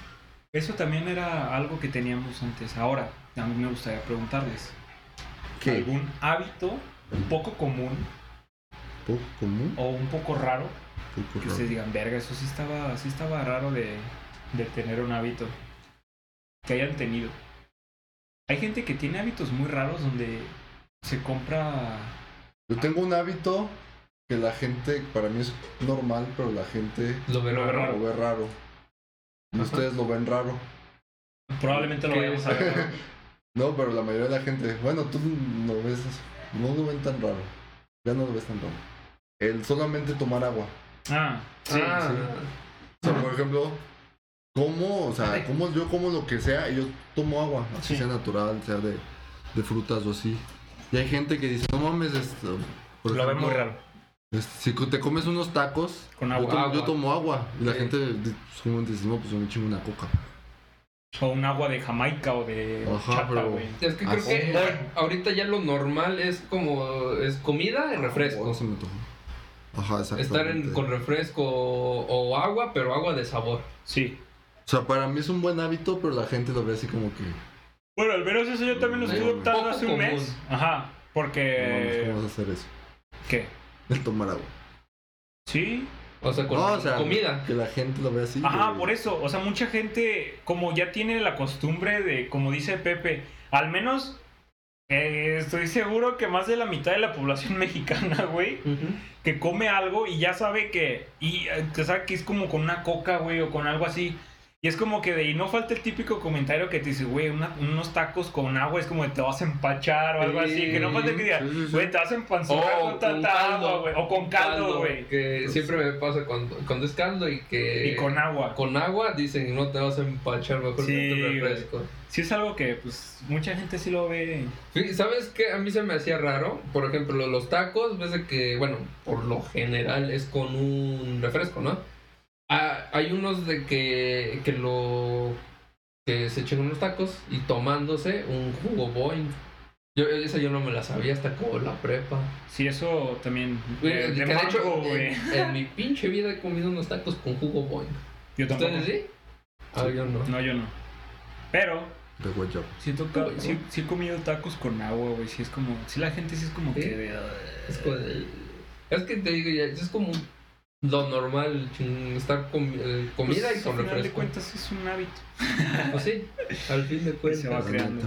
Speaker 2: Eso también era algo que teníamos antes. Ahora, a mí me gustaría preguntarles.
Speaker 3: ¿Qué?
Speaker 2: ¿Algún hábito poco común
Speaker 3: ¿Poco común?
Speaker 2: o un poco raro?
Speaker 3: Poco
Speaker 2: Oh, Que
Speaker 3: raro.
Speaker 2: ustedes digan, verga, eso sí estaba, sí estaba raro de, de tener un hábito. Que hayan tenido. Hay gente que tiene hábitos muy raros donde se compra...
Speaker 3: Yo tengo un hábito que la gente, para mí es normal, pero la gente
Speaker 1: Lo verá.
Speaker 2: Lo verá. Raro.
Speaker 3: lo ve raro. Y
Speaker 1: Ajá.
Speaker 3: ustedes lo ven raro.
Speaker 2: Probablemente lo
Speaker 1: ¿Qué?
Speaker 2: vayamos a ver.
Speaker 3: No, pero la mayoría de la gente, bueno, tú no ves, no lo ven tan raro. Ya no lo ves tan raro. El solamente tomar agua.
Speaker 2: [laughs] Ah, sí,
Speaker 1: ah,
Speaker 2: sí.
Speaker 3: O sea, por ejemplo, como, o sea, como yo como lo que sea y yo tomo agua,
Speaker 2: Sí.
Speaker 3: así sea natural, sea de, de frutas o así. Y hay gente que dice, no mames, esto. por
Speaker 2: Lo ven
Speaker 3: ejemplo,
Speaker 2: muy raro.
Speaker 3: este, si te comes unos tacos,
Speaker 2: Con
Speaker 3: yo,
Speaker 2: agua.
Speaker 3: tomo, yo
Speaker 1: Agua.
Speaker 3: tomo agua. Y la
Speaker 1: Sí.
Speaker 3: gente, di- pues, como dice, no, pues yo me chingo una coca.
Speaker 2: O un agua de Jamaica o de
Speaker 3: Ajá,
Speaker 2: chata,
Speaker 3: pero-
Speaker 2: güey.
Speaker 1: Es que creo
Speaker 3: Así.
Speaker 1: que ahor- ahorita ya lo normal es como es comida y
Speaker 3: Oh,
Speaker 1: refresco.
Speaker 3: se me antojó. Ajá, exacto.
Speaker 1: Estar en- con refresco o, o agua, pero agua de sabor.
Speaker 2: Sí.
Speaker 3: O sea, para mí es un buen hábito, pero la gente lo ve así como que. "No
Speaker 2: Bueno, al menos eso yo también lo
Speaker 3: Sí,
Speaker 2: estuve
Speaker 3: güey.
Speaker 2: optando
Speaker 1: Poco
Speaker 2: hace un
Speaker 1: común.
Speaker 2: mes. Ajá.
Speaker 1: Eh,
Speaker 3: mames,
Speaker 2: Porque.
Speaker 3: ¿Cómo vas a hacer eso?
Speaker 2: ¿Qué?
Speaker 3: El tomar agua.
Speaker 2: Sí.
Speaker 1: O sea, con
Speaker 3: No, Oh, o sea,
Speaker 1: comida.
Speaker 3: Que la gente lo ve así.
Speaker 2: Ajá,
Speaker 3: güey.
Speaker 2: por eso. O sea, mucha gente, como ya tiene la costumbre de, como dice Pepe, al menos. eh, estoy seguro que más de la mitad de la población [laughs] mexicana, güey,
Speaker 1: Ujú.
Speaker 2: que come algo y ya sabe que. Y eh, que sabe que es como con una coca, güey, o con algo así. Y es como que de ahí no falta el típico comentario que te dice, güey, una- unos tacos con agua es como de te vas a empachar o algo así. Que no falta que diga,
Speaker 3: Sí, sí, sí.
Speaker 2: Güey, te hacen panzona
Speaker 1: O
Speaker 2: con tanta
Speaker 1: caldo,
Speaker 2: agua, güey. O con caldo, güey.
Speaker 1: Que
Speaker 3: Pues
Speaker 1: siempre me pasa cuando, cuando es caldo y que.
Speaker 2: Y con agua.
Speaker 1: con agua dicen no te vas a empachar mejor
Speaker 2: Sí,
Speaker 1: que
Speaker 2: güey.
Speaker 1: un refresco.
Speaker 2: Sí es algo que, pues, mucha gente sí lo ve.
Speaker 1: Fí- ¿Sabes qué? A mí se me hacía raro. Por ejemplo, los tacos, ves de que, bueno, por lo general es con un refresco, ¿no? Ah, hay unos de que, que lo. que se echan unos tacos y tomándose un jugo boing. Yo, esa yo no me la sabía hasta como la prepa.
Speaker 2: Sí, eso también. eh,
Speaker 1: Güey,
Speaker 2: de-
Speaker 1: que
Speaker 2: de
Speaker 1: de hecho, eh,
Speaker 2: mango, güey.
Speaker 1: en, en mi pinche vida he comido unos tacos con jugo boing.
Speaker 2: Yo tampoco.
Speaker 1: ¿Ustedes sí? Ah, yo no.
Speaker 2: No, yo no. Pero,
Speaker 3: De guayaba.
Speaker 2: sí, he toca- sí, sí he comido tacos con agua, güey. Sí es como. Sí, la gente sí es como
Speaker 1: ¿Sí?
Speaker 2: que. de-
Speaker 1: Este, Es, como de- es que te digo, ya, es como lo normal, ching, estar con eh,
Speaker 2: Pues,
Speaker 1: comida y
Speaker 2: al
Speaker 1: con
Speaker 2: final de
Speaker 1: refresco.
Speaker 2: cuentas es un hábito.
Speaker 1: Pues sí, al fin
Speaker 2: [laughs]
Speaker 1: de
Speaker 2: Que se va
Speaker 1: cuentas.
Speaker 2: creando.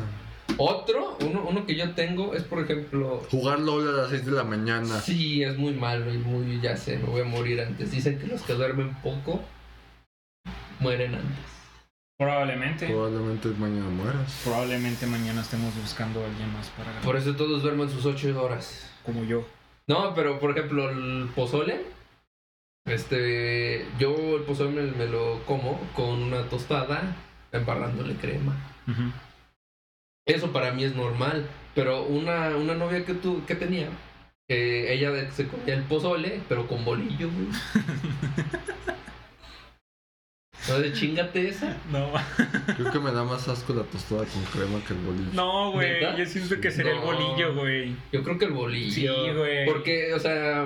Speaker 1: Otro, uno, uno que yo tengo es, por ejemplo,
Speaker 3: Jugar LOL a las 6 de la mañana.
Speaker 1: sí, es muy malo y muy, ya sé, me voy a morir antes. Dicen que los que duermen poco mueren antes.
Speaker 2: Probablemente.
Speaker 3: Probablemente mañana mueras.
Speaker 2: Probablemente mañana estemos buscando a alguien más para.
Speaker 1: Por eso todos duermen sus 8 horas.
Speaker 2: Como yo.
Speaker 1: No, pero por ejemplo, el pozole. Este, yo el pozole me, me lo como con una tostada embarrándole crema.
Speaker 2: Ujú.
Speaker 1: Eso para mí es normal, pero una, una novia que tu, que tenía, eh, ella de- se comía el pozole, pero con bolillo,
Speaker 2: [laughs]
Speaker 1: güey. Entonces, chingate esa.
Speaker 2: No, [laughs]
Speaker 3: Creo que me da más asco la tostada con crema que el bolillo.
Speaker 2: no, güey.
Speaker 1: ¿Neta?
Speaker 2: Yo siento que sería
Speaker 1: No.
Speaker 2: el bolillo, güey.
Speaker 1: Yo creo que el bolillo.
Speaker 2: Sí, güey.
Speaker 1: Porque, o sea,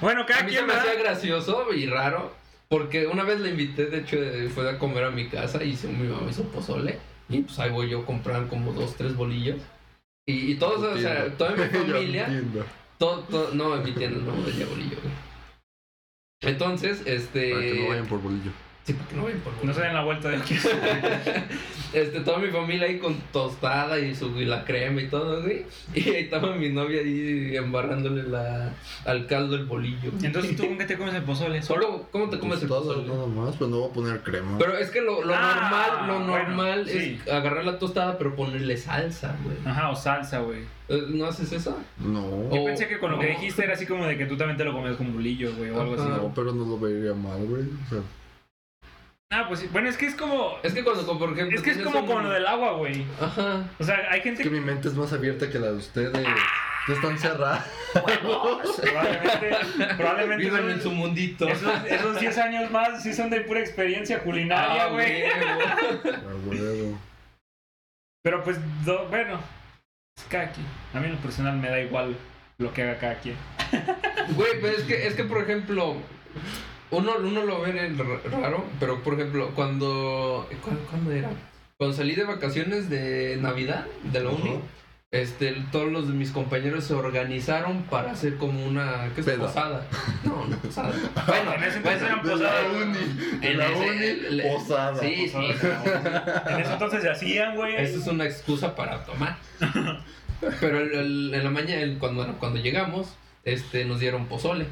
Speaker 2: Bueno, cada
Speaker 1: a mí se
Speaker 2: quien
Speaker 1: me
Speaker 2: ¿verdad?
Speaker 1: hacía gracioso y raro. Porque una vez la invité, de hecho, eh, fue a comer a mi casa y se- mi mamá hizo pozole. Y pues ahí voy yo a comprar como dos, tres bolillos. Y, y todos, o sea,
Speaker 3: [laughs]
Speaker 1: toda mi
Speaker 3: Yo
Speaker 1: familia. eh,
Speaker 3: entiendo.
Speaker 1: todo, todo- no, en mi tienda no vendía bolillo, güey. Entonces,
Speaker 3: Para que no
Speaker 1: este.
Speaker 3: vayan por bolillo.
Speaker 1: Sí, ¿para qué no vayan por
Speaker 2: No se den la vuelta
Speaker 1: [laughs]
Speaker 2: de aquí.
Speaker 1: Este, toda mi familia ahí con tostada y su y la crema y todo, güey. [laughs] Y ahí estaba mi novia ahí embarrándole la, al caldo el bolillo.
Speaker 2: Entonces, ¿tú con qué te comes el pozole?
Speaker 1: Solo, ¿cómo te comes el
Speaker 3: Tostado,
Speaker 1: pozole?
Speaker 3: Nada más, pero no voy a poner crema.
Speaker 1: Pero es que lo, lo
Speaker 2: Ah,
Speaker 1: normal, lo
Speaker 2: bueno,
Speaker 1: normal
Speaker 2: sí. Ah.
Speaker 1: es agarrar la tostada pero ponerle salsa, güey.
Speaker 2: Ajá, o salsa, güey.
Speaker 1: Eh, ¿No haces eso?
Speaker 3: No.
Speaker 2: Yo
Speaker 1: O-
Speaker 2: pensé que con lo que
Speaker 1: no.
Speaker 2: dijiste era así como de que tú también te lo comías con bolillo, güey, o algo así.
Speaker 1: Ajá.
Speaker 3: No, pero no lo vería mal, güey. O sea,
Speaker 2: Ah, pues sí. Bueno, es que es como.
Speaker 1: Es que cuando, como, por ejemplo,
Speaker 2: Es que es
Speaker 1: tienes
Speaker 2: como
Speaker 1: un-
Speaker 2: con lo del agua, güey.
Speaker 1: Ajá.
Speaker 2: O sea, hay
Speaker 3: es que
Speaker 2: gente
Speaker 3: mi mente es más abierta que la de ustedes.
Speaker 1: ¡Ah!
Speaker 3: No están cerradas.
Speaker 2: [laughs] probablemente. Probablemente.
Speaker 1: Viven en
Speaker 2: esos-
Speaker 1: su mundito.
Speaker 2: Esos, esos 10 años más sí son de pura experiencia culinaria,
Speaker 1: Ah,
Speaker 2: güey.
Speaker 1: güey.
Speaker 3: A huevo.
Speaker 2: Pero pues, do- bueno, es cada quien. A mí en lo personal me da igual lo que haga cada quien.
Speaker 1: Güey, pero es que, es que por ejemplo, uno, uno lo ve en el r- raro, pero por ejemplo, cuando. ¿cuándo, cuándo era? Cuando salí de vacaciones de Navidad, de la uni,
Speaker 3: Ujú.
Speaker 1: este, todos los de mis compañeros se organizaron para hacer como una. ¿Qué es?
Speaker 3: Pedo.
Speaker 1: Posada. No, no posada. Bueno,
Speaker 2: En ese entonces
Speaker 1: bueno,
Speaker 2: eran
Speaker 3: De la
Speaker 2: posadas.
Speaker 3: uni. De
Speaker 1: en
Speaker 3: la
Speaker 1: ese-
Speaker 3: uni.
Speaker 1: el-
Speaker 3: Posada.
Speaker 1: Sí, sí.
Speaker 2: En ese entonces se hacían, güey.
Speaker 1: Esa es una excusa para tomar. Pero el- el- en la mañana, el- cuando, cuando llegamos, este, nos dieron pozole.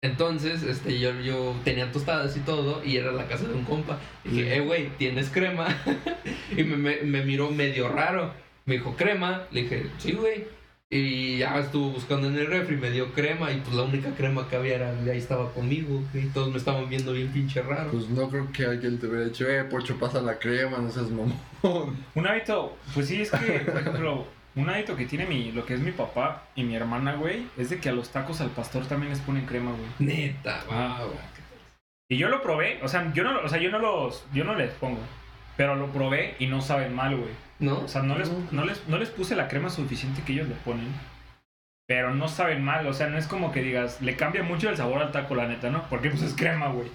Speaker 1: Entonces, este, yo, yo tenía tostadas y todo, y era la casa de un compa. Y dije, eh, güey, ¿tienes crema? [laughs] y me, me- me miró medio raro. Me dijo, ¿crema? Le dije, sí, güey. Y ya estuvo buscando en el refri, me dio crema, y pues la única crema que había era, de ahí estaba conmigo, y todos me estaban viendo bien pinche raro.
Speaker 3: Pues no creo que alguien te hubiera dicho, eh, Pocho, pasa la crema, no seas mamón.
Speaker 2: Un hábito, pues sí, es que, por ejemplo, un hábito que tiene mi, lo que es mi papá y mi hermana, güey, es de que a los tacos al pastor también les ponen crema, güey.
Speaker 1: Neta, wow.
Speaker 2: Y yo lo probé, o sea, yo no, o sea, yo no los, yo no les pongo, pero lo probé y no saben mal, güey.
Speaker 1: ¿No?
Speaker 2: O sea, no les, no les, no les puse la crema suficiente que ellos le ponen. Pero no saben mal, o sea, no es como que digas, le cambia mucho el sabor al taco, la neta, ¿no? Porque pues es crema, güey.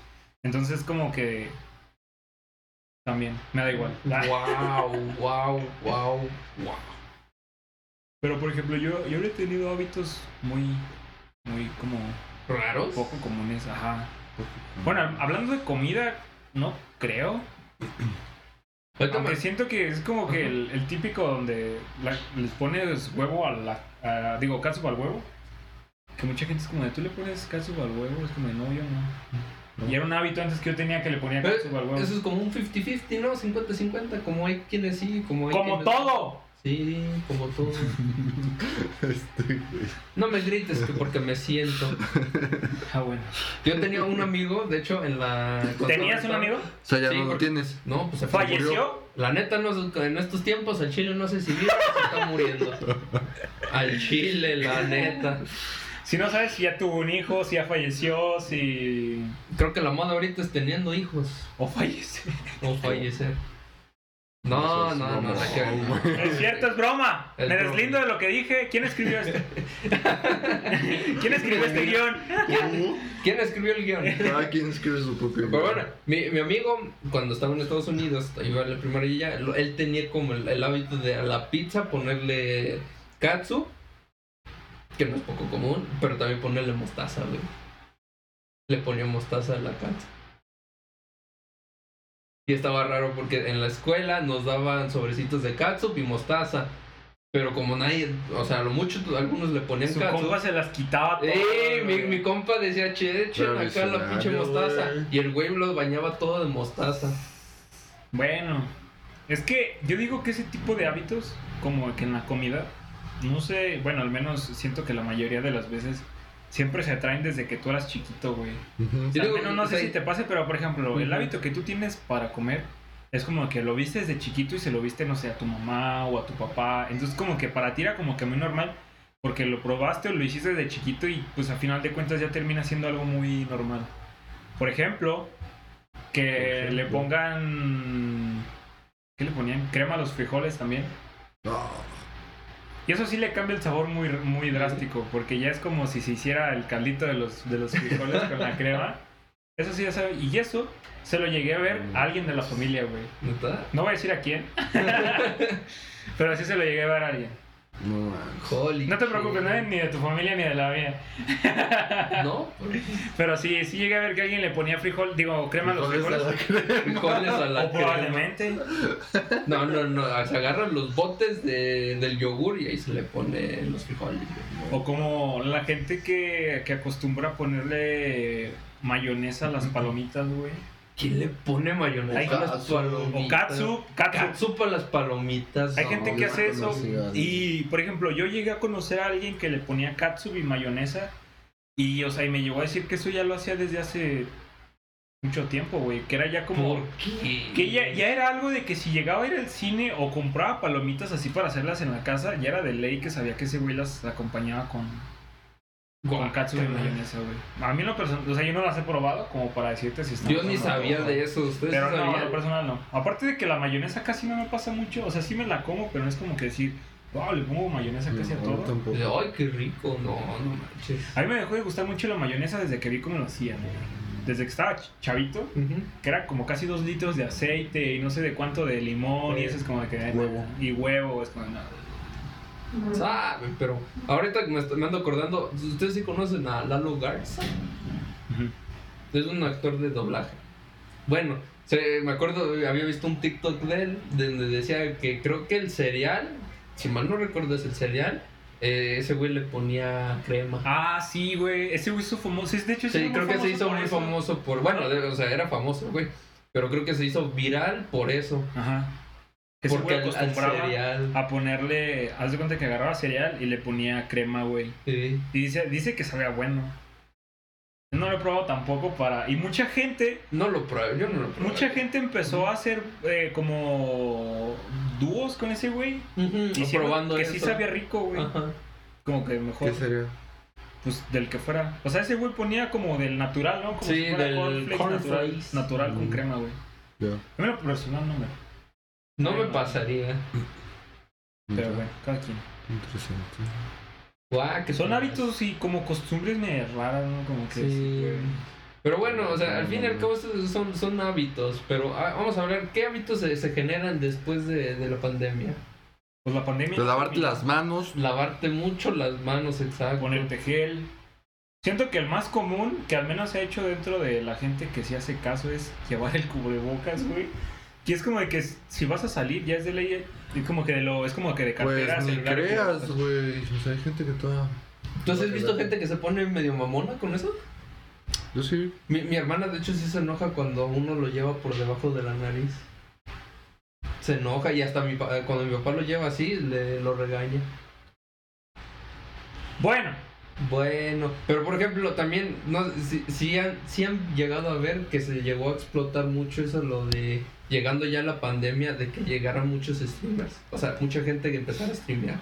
Speaker 2: Entonces como que... También, me da igual.
Speaker 1: Wow, wow, wow, wow.
Speaker 2: Pero por ejemplo, yo, yo no he tenido hábitos muy, muy como
Speaker 1: ¿Raros?
Speaker 2: poco comunes, ajá. [laughs] Bueno, hablando de comida, no creo.
Speaker 1: Ahorita me-
Speaker 2: Aunque siento que es como que el, el típico donde la- les pones huevo a la... a- digo, catsup al huevo. Que mucha gente es como de, ¿tú le pones catsup al huevo? Es como de, no, yo no.
Speaker 3: No.
Speaker 2: Y era un hábito antes que yo tenía que le ponía
Speaker 1: Pero
Speaker 2: catsup al huevo.
Speaker 1: Eh, Eso es como un 50-50, ¿no? 50-50, como hay quienes sí, como hay
Speaker 2: ¡Como
Speaker 1: quienes-
Speaker 2: todo!
Speaker 1: Sí, como todo.
Speaker 3: Este, güey.
Speaker 1: No me grites que porque me siento.
Speaker 2: Ah, bueno.
Speaker 1: Yo tenía un amigo, de hecho, en la... cuando
Speaker 2: ¿Tenías un
Speaker 1: estaba-
Speaker 2: amigo?
Speaker 3: O sea, ya
Speaker 1: Sí,
Speaker 3: no lo
Speaker 1: porque-
Speaker 2: [laughs]
Speaker 3: tienes.
Speaker 1: No, pues se fue.
Speaker 2: ¿Falleció?
Speaker 1: La neta, no, sé- en estos tiempos el chile no sé si vive o se está
Speaker 2: [laughs]
Speaker 1: muriendo. Al chile, la neta.
Speaker 2: Si no sabes si ya tuvo un hijo, si ya falleció, si...
Speaker 1: Creo que la moda ahorita es teniendo hijos
Speaker 2: O falleció.
Speaker 1: o fallecer. Este, No,
Speaker 3: Eso es
Speaker 1: no, no, no,
Speaker 3: mamón,
Speaker 1: que ver.
Speaker 3: güey.
Speaker 2: Es cierto, es broma.
Speaker 1: Es
Speaker 2: Me
Speaker 1: broma.
Speaker 2: deslindo de lo que dije. ¿Quién
Speaker 1: [laughs]
Speaker 2: escribió esto? ¿Quién escribió este guión?
Speaker 1: ¿Quién escribió el guión?
Speaker 3: Cada quien escribe su propio
Speaker 1: Pero bueno, mi, mi amigo, cuando estaba en Estados Unidos, iba a la primaria, lo- él tenía como el, el hábito de a la pizza ponerle katsu, que no es poco común, pero también ponerle mostaza, güey. Le ponía mostaza a la katsu. Y estaba raro porque en la escuela nos daban sobrecitos de katsu y mostaza. Pero como nadie, o sea, a lo mucho algunos le ponían
Speaker 2: Su
Speaker 1: katsu.
Speaker 2: compa se las quitaba todo.
Speaker 1: Eh, mi, mi compa decía, che, echen acá la
Speaker 3: Revolucionario,
Speaker 1: pinche mostaza.
Speaker 3: güey.
Speaker 1: Y el güey lo bañaba todo de mostaza.
Speaker 2: Bueno, es que yo digo que ese tipo de hábitos, como que en la comida, no sé, bueno, al menos siento que la mayoría de las veces siempre se atraen desde que tú eras chiquito, güey.
Speaker 3: Ujú.
Speaker 1: Yo
Speaker 2: Al
Speaker 1: digo,
Speaker 2: menos no sé
Speaker 1: sí.
Speaker 2: si te pase, pero por ejemplo, el
Speaker 1: Ujú.
Speaker 2: hábito que tú tienes para comer es como que lo viste desde chiquito y se lo viste, no sé, a tu mamá o a tu papá. Entonces, como que para ti era como que muy normal, porque lo probaste o lo hiciste desde chiquito y pues a final de cuentas ya termina siendo algo muy normal. Por ejemplo, que
Speaker 3: ejemplo.
Speaker 2: le pongan. ¿Qué le ponían? Crema a los frijoles también.
Speaker 3: Ah,
Speaker 2: Y eso sí le cambia el sabor muy, muy drástico, porque ya es como si se hiciera el caldito de los, de los frijoles con la crema. Eso sí ya sabe. Y eso se lo llegué a ver a alguien de la familia, güey.
Speaker 1: ¿Neta?
Speaker 2: [laughs] No voy a decir a quién. Pero sí se lo llegué a ver a alguien.
Speaker 3: No mames.
Speaker 1: Holy
Speaker 2: No te
Speaker 1: shit.
Speaker 2: preocupes, no es ni de tu familia ni de la mía.
Speaker 1: ¿No?
Speaker 2: Pero sí, sí llegué a ver que alguien le ponía frijol, digo, crema a los
Speaker 3: Frijoles a
Speaker 2: frijoles.
Speaker 3: la crema.
Speaker 1: Frijoles a la
Speaker 2: O probablemente.
Speaker 1: crema. No, no, no. Se agarran los botes de, del yogur y ahí se le pone los frijoles. güey.
Speaker 2: O como la gente que, que acostumbra a ponerle mayonesa a las palomitas, güey.
Speaker 1: ¿Quién le pone
Speaker 2: Hay-
Speaker 1: mayonesa a las
Speaker 3: Katsu.
Speaker 2: O
Speaker 1: palomitas?
Speaker 2: katsu, katsu.
Speaker 1: Katsu para las palomitas.
Speaker 2: Hay
Speaker 1: no,
Speaker 2: gente que
Speaker 1: güey.
Speaker 3: yo
Speaker 2: hace
Speaker 3: no
Speaker 2: eso.
Speaker 3: conocía.
Speaker 2: Y, por ejemplo, yo llegué a conocer a alguien que le ponía katsu y mayonesa. Y, o sea, y me llegó a decir que eso ya lo hacía desde hace mucho tiempo, güey. Que era ya como...
Speaker 1: ¿Por qué?
Speaker 2: Que ya, ya era algo de que si llegaba a ir al cine o compraba palomitas así para hacerlas en la casa, ya era de ley que sabía que ese güey las acompañaba con, con katsu y
Speaker 1: Guácala.
Speaker 2: mayonesa, güey. A mí en lo personal, o sea, yo no las he probado como para decirte si están...
Speaker 1: Yo ni sabía de eso. ¿Ustedes
Speaker 2: Pero
Speaker 1: sí
Speaker 2: no, en
Speaker 1: sabían?
Speaker 2: lo personal no. Aparte de que la mayonesa casi no me pasa mucho, o sea, sí me la como, pero no es como que decir, wow, le pongo mayonesa casi a
Speaker 3: No,
Speaker 2: todo.
Speaker 3: Mm, tampoco.
Speaker 1: De, Ay, qué rico. No, no manches.
Speaker 2: A mí me dejó de gustar mucho la mayonesa desde que vi cómo lo hacían, güey. Desde que estaba ch- chavito,
Speaker 1: Ujú.
Speaker 2: que era como casi dos litros de aceite y no sé de cuánto de limón y eso es como de que...
Speaker 3: Huevo.
Speaker 2: Y huevo, es como... no.
Speaker 1: Sabe, Ah, pero ahorita que me, est- me ando acordando, ustedes sí conocen a Lalo Garza, es un actor de doblaje. Bueno, se, me acuerdo, había visto un TikTok de él donde decía que creo que el cereal, si mal no recuerdo es el cereal, eh, ese güey le ponía crema.
Speaker 2: Ah, sí, güey. Ese güey hizo famoso. es- De hecho,
Speaker 1: sí, creo que se hizo
Speaker 2: por
Speaker 1: muy
Speaker 2: eso.
Speaker 1: famoso por, bueno, de- o sea, era famoso, güey, pero creo que se hizo viral por eso,
Speaker 2: Ajá. Que ese
Speaker 1: porque
Speaker 2: güey
Speaker 1: al, al
Speaker 2: acostumbraba
Speaker 1: cereal.
Speaker 2: a ponerle... Haz de cuenta que agarraba cereal y le ponía crema, güey.
Speaker 1: Sí.
Speaker 2: Y dice, dice que sabía bueno. Yo No lo he probado tampoco para... Y mucha gente,
Speaker 1: No lo probé, yo no lo probé.
Speaker 2: mucha gente empezó a hacer eh, como dúos con ese güey.
Speaker 1: Ujú,
Speaker 2: Diciendo
Speaker 1: probando
Speaker 2: que
Speaker 1: eso. Ah.
Speaker 2: sí sabía rico, güey.
Speaker 1: Ajá.
Speaker 2: Como que mejor,
Speaker 3: ¿Qué sería?
Speaker 2: pues del que fuera. O sea, ese güey ponía como del natural, ¿no? Como
Speaker 1: Sí,
Speaker 2: si fuera
Speaker 1: del
Speaker 2: cornflakes natural,
Speaker 1: cornflakes.
Speaker 2: natural con
Speaker 3: Mm.
Speaker 2: crema, güey.
Speaker 3: Ya.
Speaker 2: A mí lo personal no me...
Speaker 1: No me pasaría.
Speaker 2: Pero
Speaker 3: Ya.
Speaker 2: bueno, cada quien.
Speaker 3: Interesante.
Speaker 1: Guau, que
Speaker 2: Son hábitos y como costumbres me raras, ¿no? Como que... sí,
Speaker 1: Sí.
Speaker 2: güey.
Speaker 1: Pero bueno, o sea, al fin y al cabo estos son, son hábitos. Pero ah, vamos a hablar, ¿qué hábitos se, se generan después de, de la pandemia?
Speaker 2: Pues la pandemia...
Speaker 3: Pero lavarte las manos. pues,
Speaker 1: Lavarte mucho las manos, exacto.
Speaker 2: ponerte gel. Siento que el más común, que al menos se ha hecho dentro de la gente que sí hace caso, es llevar el cubrebocas, güey. Que es como de que s- si vas a salir, ya es de ley. Es como que de lo, es como que de cartera,
Speaker 3: Pues ni
Speaker 2: celular,
Speaker 3: creas,
Speaker 2: cubrebocas.
Speaker 3: güey. O sea, hay gente que toda.
Speaker 1: ¿Tú has visto gente que se pone medio mamona con eso?
Speaker 3: Yo sí.
Speaker 1: Mi, mi hermana, de hecho, sí se enoja cuando uno lo lleva por debajo de la nariz. Se enoja y hasta mi, pa- cuando mi papá lo lleva así, le lo regaña.
Speaker 2: Bueno,
Speaker 1: Bueno, pero por ejemplo, también, no, si, si han, si han llegado a ver que se llegó a explotar mucho eso, lo de llegando ya la pandemia, de que llegaran muchos streamers. O sea, mucha gente que empezara a streamear.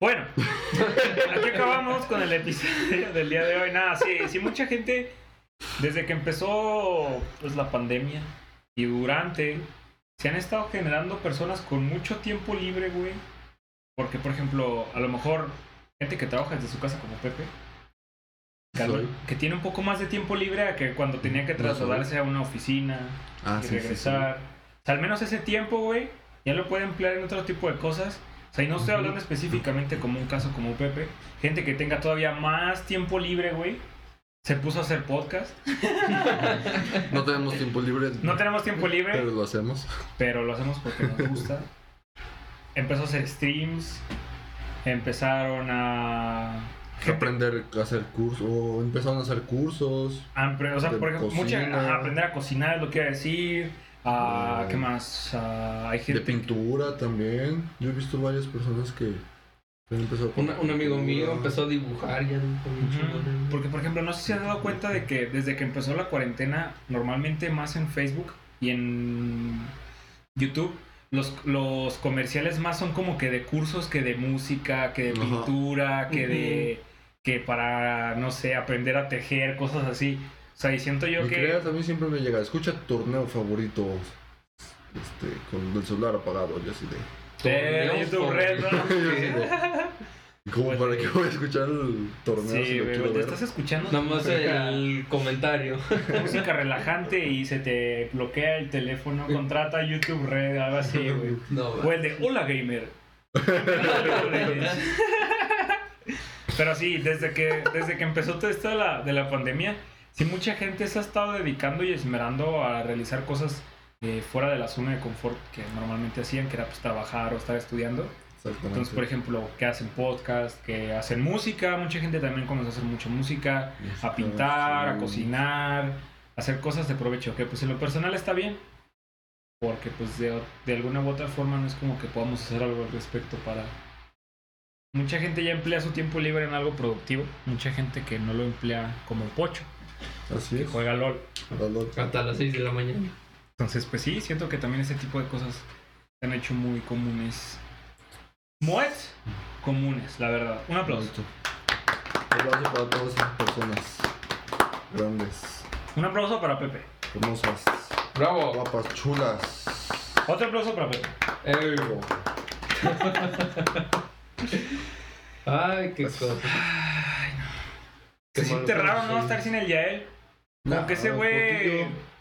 Speaker 2: bueno. [laughs] Aquí acabamos con el episodio del día de hoy. Nada, sí, sí, mucha gente, desde que empezó pues, la pandemia y durante, se han estado generando personas con mucho tiempo libre, güey. Porque, por ejemplo, a lo mejor gente que trabaja desde su casa como Pepe, que,
Speaker 3: Soy.
Speaker 2: que tiene un poco más de tiempo libre a que cuando tenía que
Speaker 3: No soy.
Speaker 2: trasladarse a una oficina
Speaker 3: Ah,
Speaker 2: y
Speaker 3: sí, sí, sí.
Speaker 2: regresar. O sea, al menos ese tiempo, güey, ya lo puede emplear en otro tipo de cosas. O sea, y no estoy
Speaker 1: Ujú.
Speaker 2: hablando específicamente como un caso como Pepe. Gente que tenga todavía más tiempo libre, güey. Se puso a hacer podcast.
Speaker 3: No tenemos tiempo libre.
Speaker 2: No tenemos tiempo
Speaker 3: Pero
Speaker 2: libre,
Speaker 3: lo hacemos.
Speaker 2: pero lo hacemos porque nos gusta.
Speaker 3: [laughs]
Speaker 2: Empezó a hacer streams. Empezaron a... gente-
Speaker 3: Aprender a hacer cursos. O empezaron a hacer cursos.
Speaker 2: a empre- o sea,
Speaker 3: de
Speaker 2: por ejemplo, mucha-
Speaker 3: cocina.
Speaker 2: ajá, aprender a cocinar es lo que iba a decir. a-
Speaker 3: Ah.
Speaker 2: ¿Qué más? Ah, hay gente
Speaker 3: De pintura también. Yo he visto varias personas que han empezado con
Speaker 1: Una- un amigo mío
Speaker 3: pintura.
Speaker 1: empezó a dibujar ya dijo,
Speaker 2: Ujú. Porque, por ejemplo, no sé si han dado cuenta de que desde que empezó la cuarentena, normalmente más en Facebook y en YouTube, los, los comerciales más son como que de cursos que de música, que de
Speaker 3: Ajá.
Speaker 2: pintura, que de. que para, no sé, aprender a tejer, cosas así. O sea, y siento yo
Speaker 3: Mi
Speaker 2: que.
Speaker 3: Pues creas a mí siempre me llega. Escucha tu torneo favorito. Este, con el celular apagado. Yo así de.
Speaker 2: Eh,
Speaker 1: Torneos
Speaker 2: YouTube
Speaker 1: por-
Speaker 3: [laughs]
Speaker 2: Red, ¿no?
Speaker 3: yo así de, Como
Speaker 2: Güey.
Speaker 3: para que voy a escuchar el torneo si
Speaker 2: Sí,
Speaker 3: lo
Speaker 2: güey,
Speaker 3: quiero
Speaker 2: te
Speaker 3: ver.
Speaker 2: estás escuchando
Speaker 1: Nada más
Speaker 2: música,
Speaker 1: el comentario.
Speaker 2: [laughs] música relajante y se te bloquea el teléfono, contrata a YouTube Red, algo así, güey.
Speaker 1: No,
Speaker 2: O el de Hola Gamer. [laughs] Pero sí, desde que, desde que empezó todo esto de la, de la pandemia, sí mucha gente se ha estado dedicando y esmerando a realizar cosas eh, fuera de la zona de confort que normalmente hacían, que era pues trabajar o estar estudiando.
Speaker 3: Exactamente.
Speaker 2: Entonces, por ejemplo, que hacen podcast, que hacen música, mucha gente también comenzó a hacer mucha música, a pintar, a
Speaker 3: Sí.
Speaker 2: cocinar, a hacer cosas de provecho, que pues en lo personal está bien, porque pues de, de alguna u otra forma no es como que podamos hacer algo al respecto para... Mucha gente ya emplea su tiempo libre en algo productivo, mucha gente que no lo emplea como pocho,
Speaker 3: Así
Speaker 2: que
Speaker 3: es.
Speaker 2: juega LOL.
Speaker 3: La loca.
Speaker 1: Hasta las 6 de la mañana.
Speaker 2: Entonces, pues sí, siento que también ese tipo de cosas se han hecho muy comunes. Muy comunes, la verdad. Un aplauso.
Speaker 3: Un aplauso para todas esas personas grandes,
Speaker 2: Un aplauso para Pepe.
Speaker 3: hermosas,
Speaker 1: ¡Bravo!
Speaker 3: guapas, chulas.
Speaker 2: Otro aplauso para Pepe.
Speaker 1: Ey, bro. Ay, qué cosa.
Speaker 2: Se
Speaker 1: Qué
Speaker 2: siente
Speaker 1: malo,
Speaker 2: raro,
Speaker 1: sí.
Speaker 2: ¿no? Estar sin el Yael. Como que ese güey.
Speaker 3: poquillo.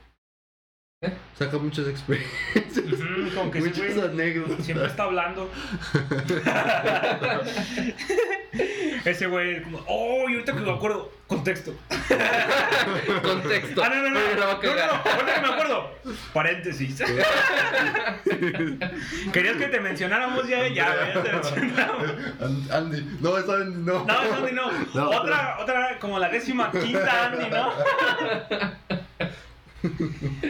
Speaker 3: Saca muchas experiencias,
Speaker 2: Ujú, Como que ese [laughs]
Speaker 3: muchas
Speaker 2: güey
Speaker 3: anécdotas.
Speaker 2: siempre está [laughs] hablando. ese güey, como, oh, y ahorita que me acuerdo, contexto.
Speaker 1: [laughs] Contexto.
Speaker 2: Ah, no, no, no.
Speaker 1: Oye, la va a
Speaker 2: No, no, no,
Speaker 1: cagar.
Speaker 2: ahorita que me acuerdo. [laughs] Paréntesis. Querías que te mencionáramos ya, ya, ya te mencionamos. [laughs]
Speaker 3: And- Andy, no, es Andy, no.
Speaker 2: No, es Andy, no.
Speaker 3: No,
Speaker 2: otra, otra, como la décima quinta Andy,
Speaker 3: [laughs]
Speaker 2: ¿no?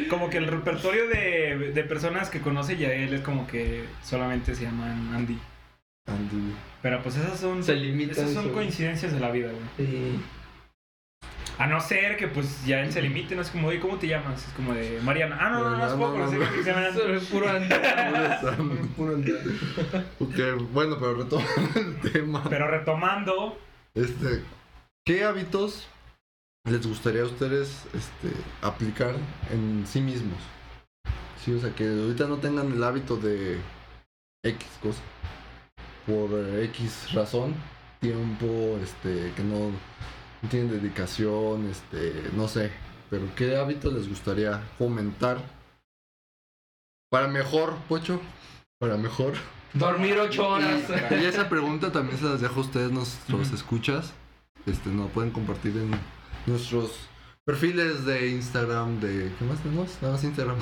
Speaker 2: como que el repertorio de, de personas que conoce Yael es como que solamente se llaman Andy.
Speaker 3: Andy.
Speaker 2: Pero pues esas son,
Speaker 1: Se limita.
Speaker 2: esas son
Speaker 1: eso.
Speaker 2: coincidencias de la vida, güey.
Speaker 1: Sí.
Speaker 2: A no ser que pues Yael se limite, no es como, oye, ¿cómo te llamas? Es como de Mariana. Ah, no, no, no, no, es puedo
Speaker 3: No, no,
Speaker 2: conocer
Speaker 3: no.
Speaker 2: que se llaman Andy.
Speaker 1: Eso es puro Andy.
Speaker 3: Puras Andy. Ok, bueno, pero retomando el tema.
Speaker 2: Pero retomando,
Speaker 3: Este, ¿qué hábitos les gustaría a ustedes este, aplicar en sí mismos? Sí, o sea, que ahorita no tengan el hábito de X cosa. Por eh, X razón, tiempo, este, que no, no tienen dedicación, este, no sé. Pero ¿qué hábitos les gustaría fomentar? Para mejor, Pocho. Para mejor.
Speaker 1: Dormir ocho horas.
Speaker 3: Y esa pregunta también se las dejo a ustedes, nuestros
Speaker 2: Ujú.
Speaker 3: escuchas. Este, nos pueden compartir en nuestros perfiles de Instagram, de... ¿Qué más tenemos? Nada más Instagram.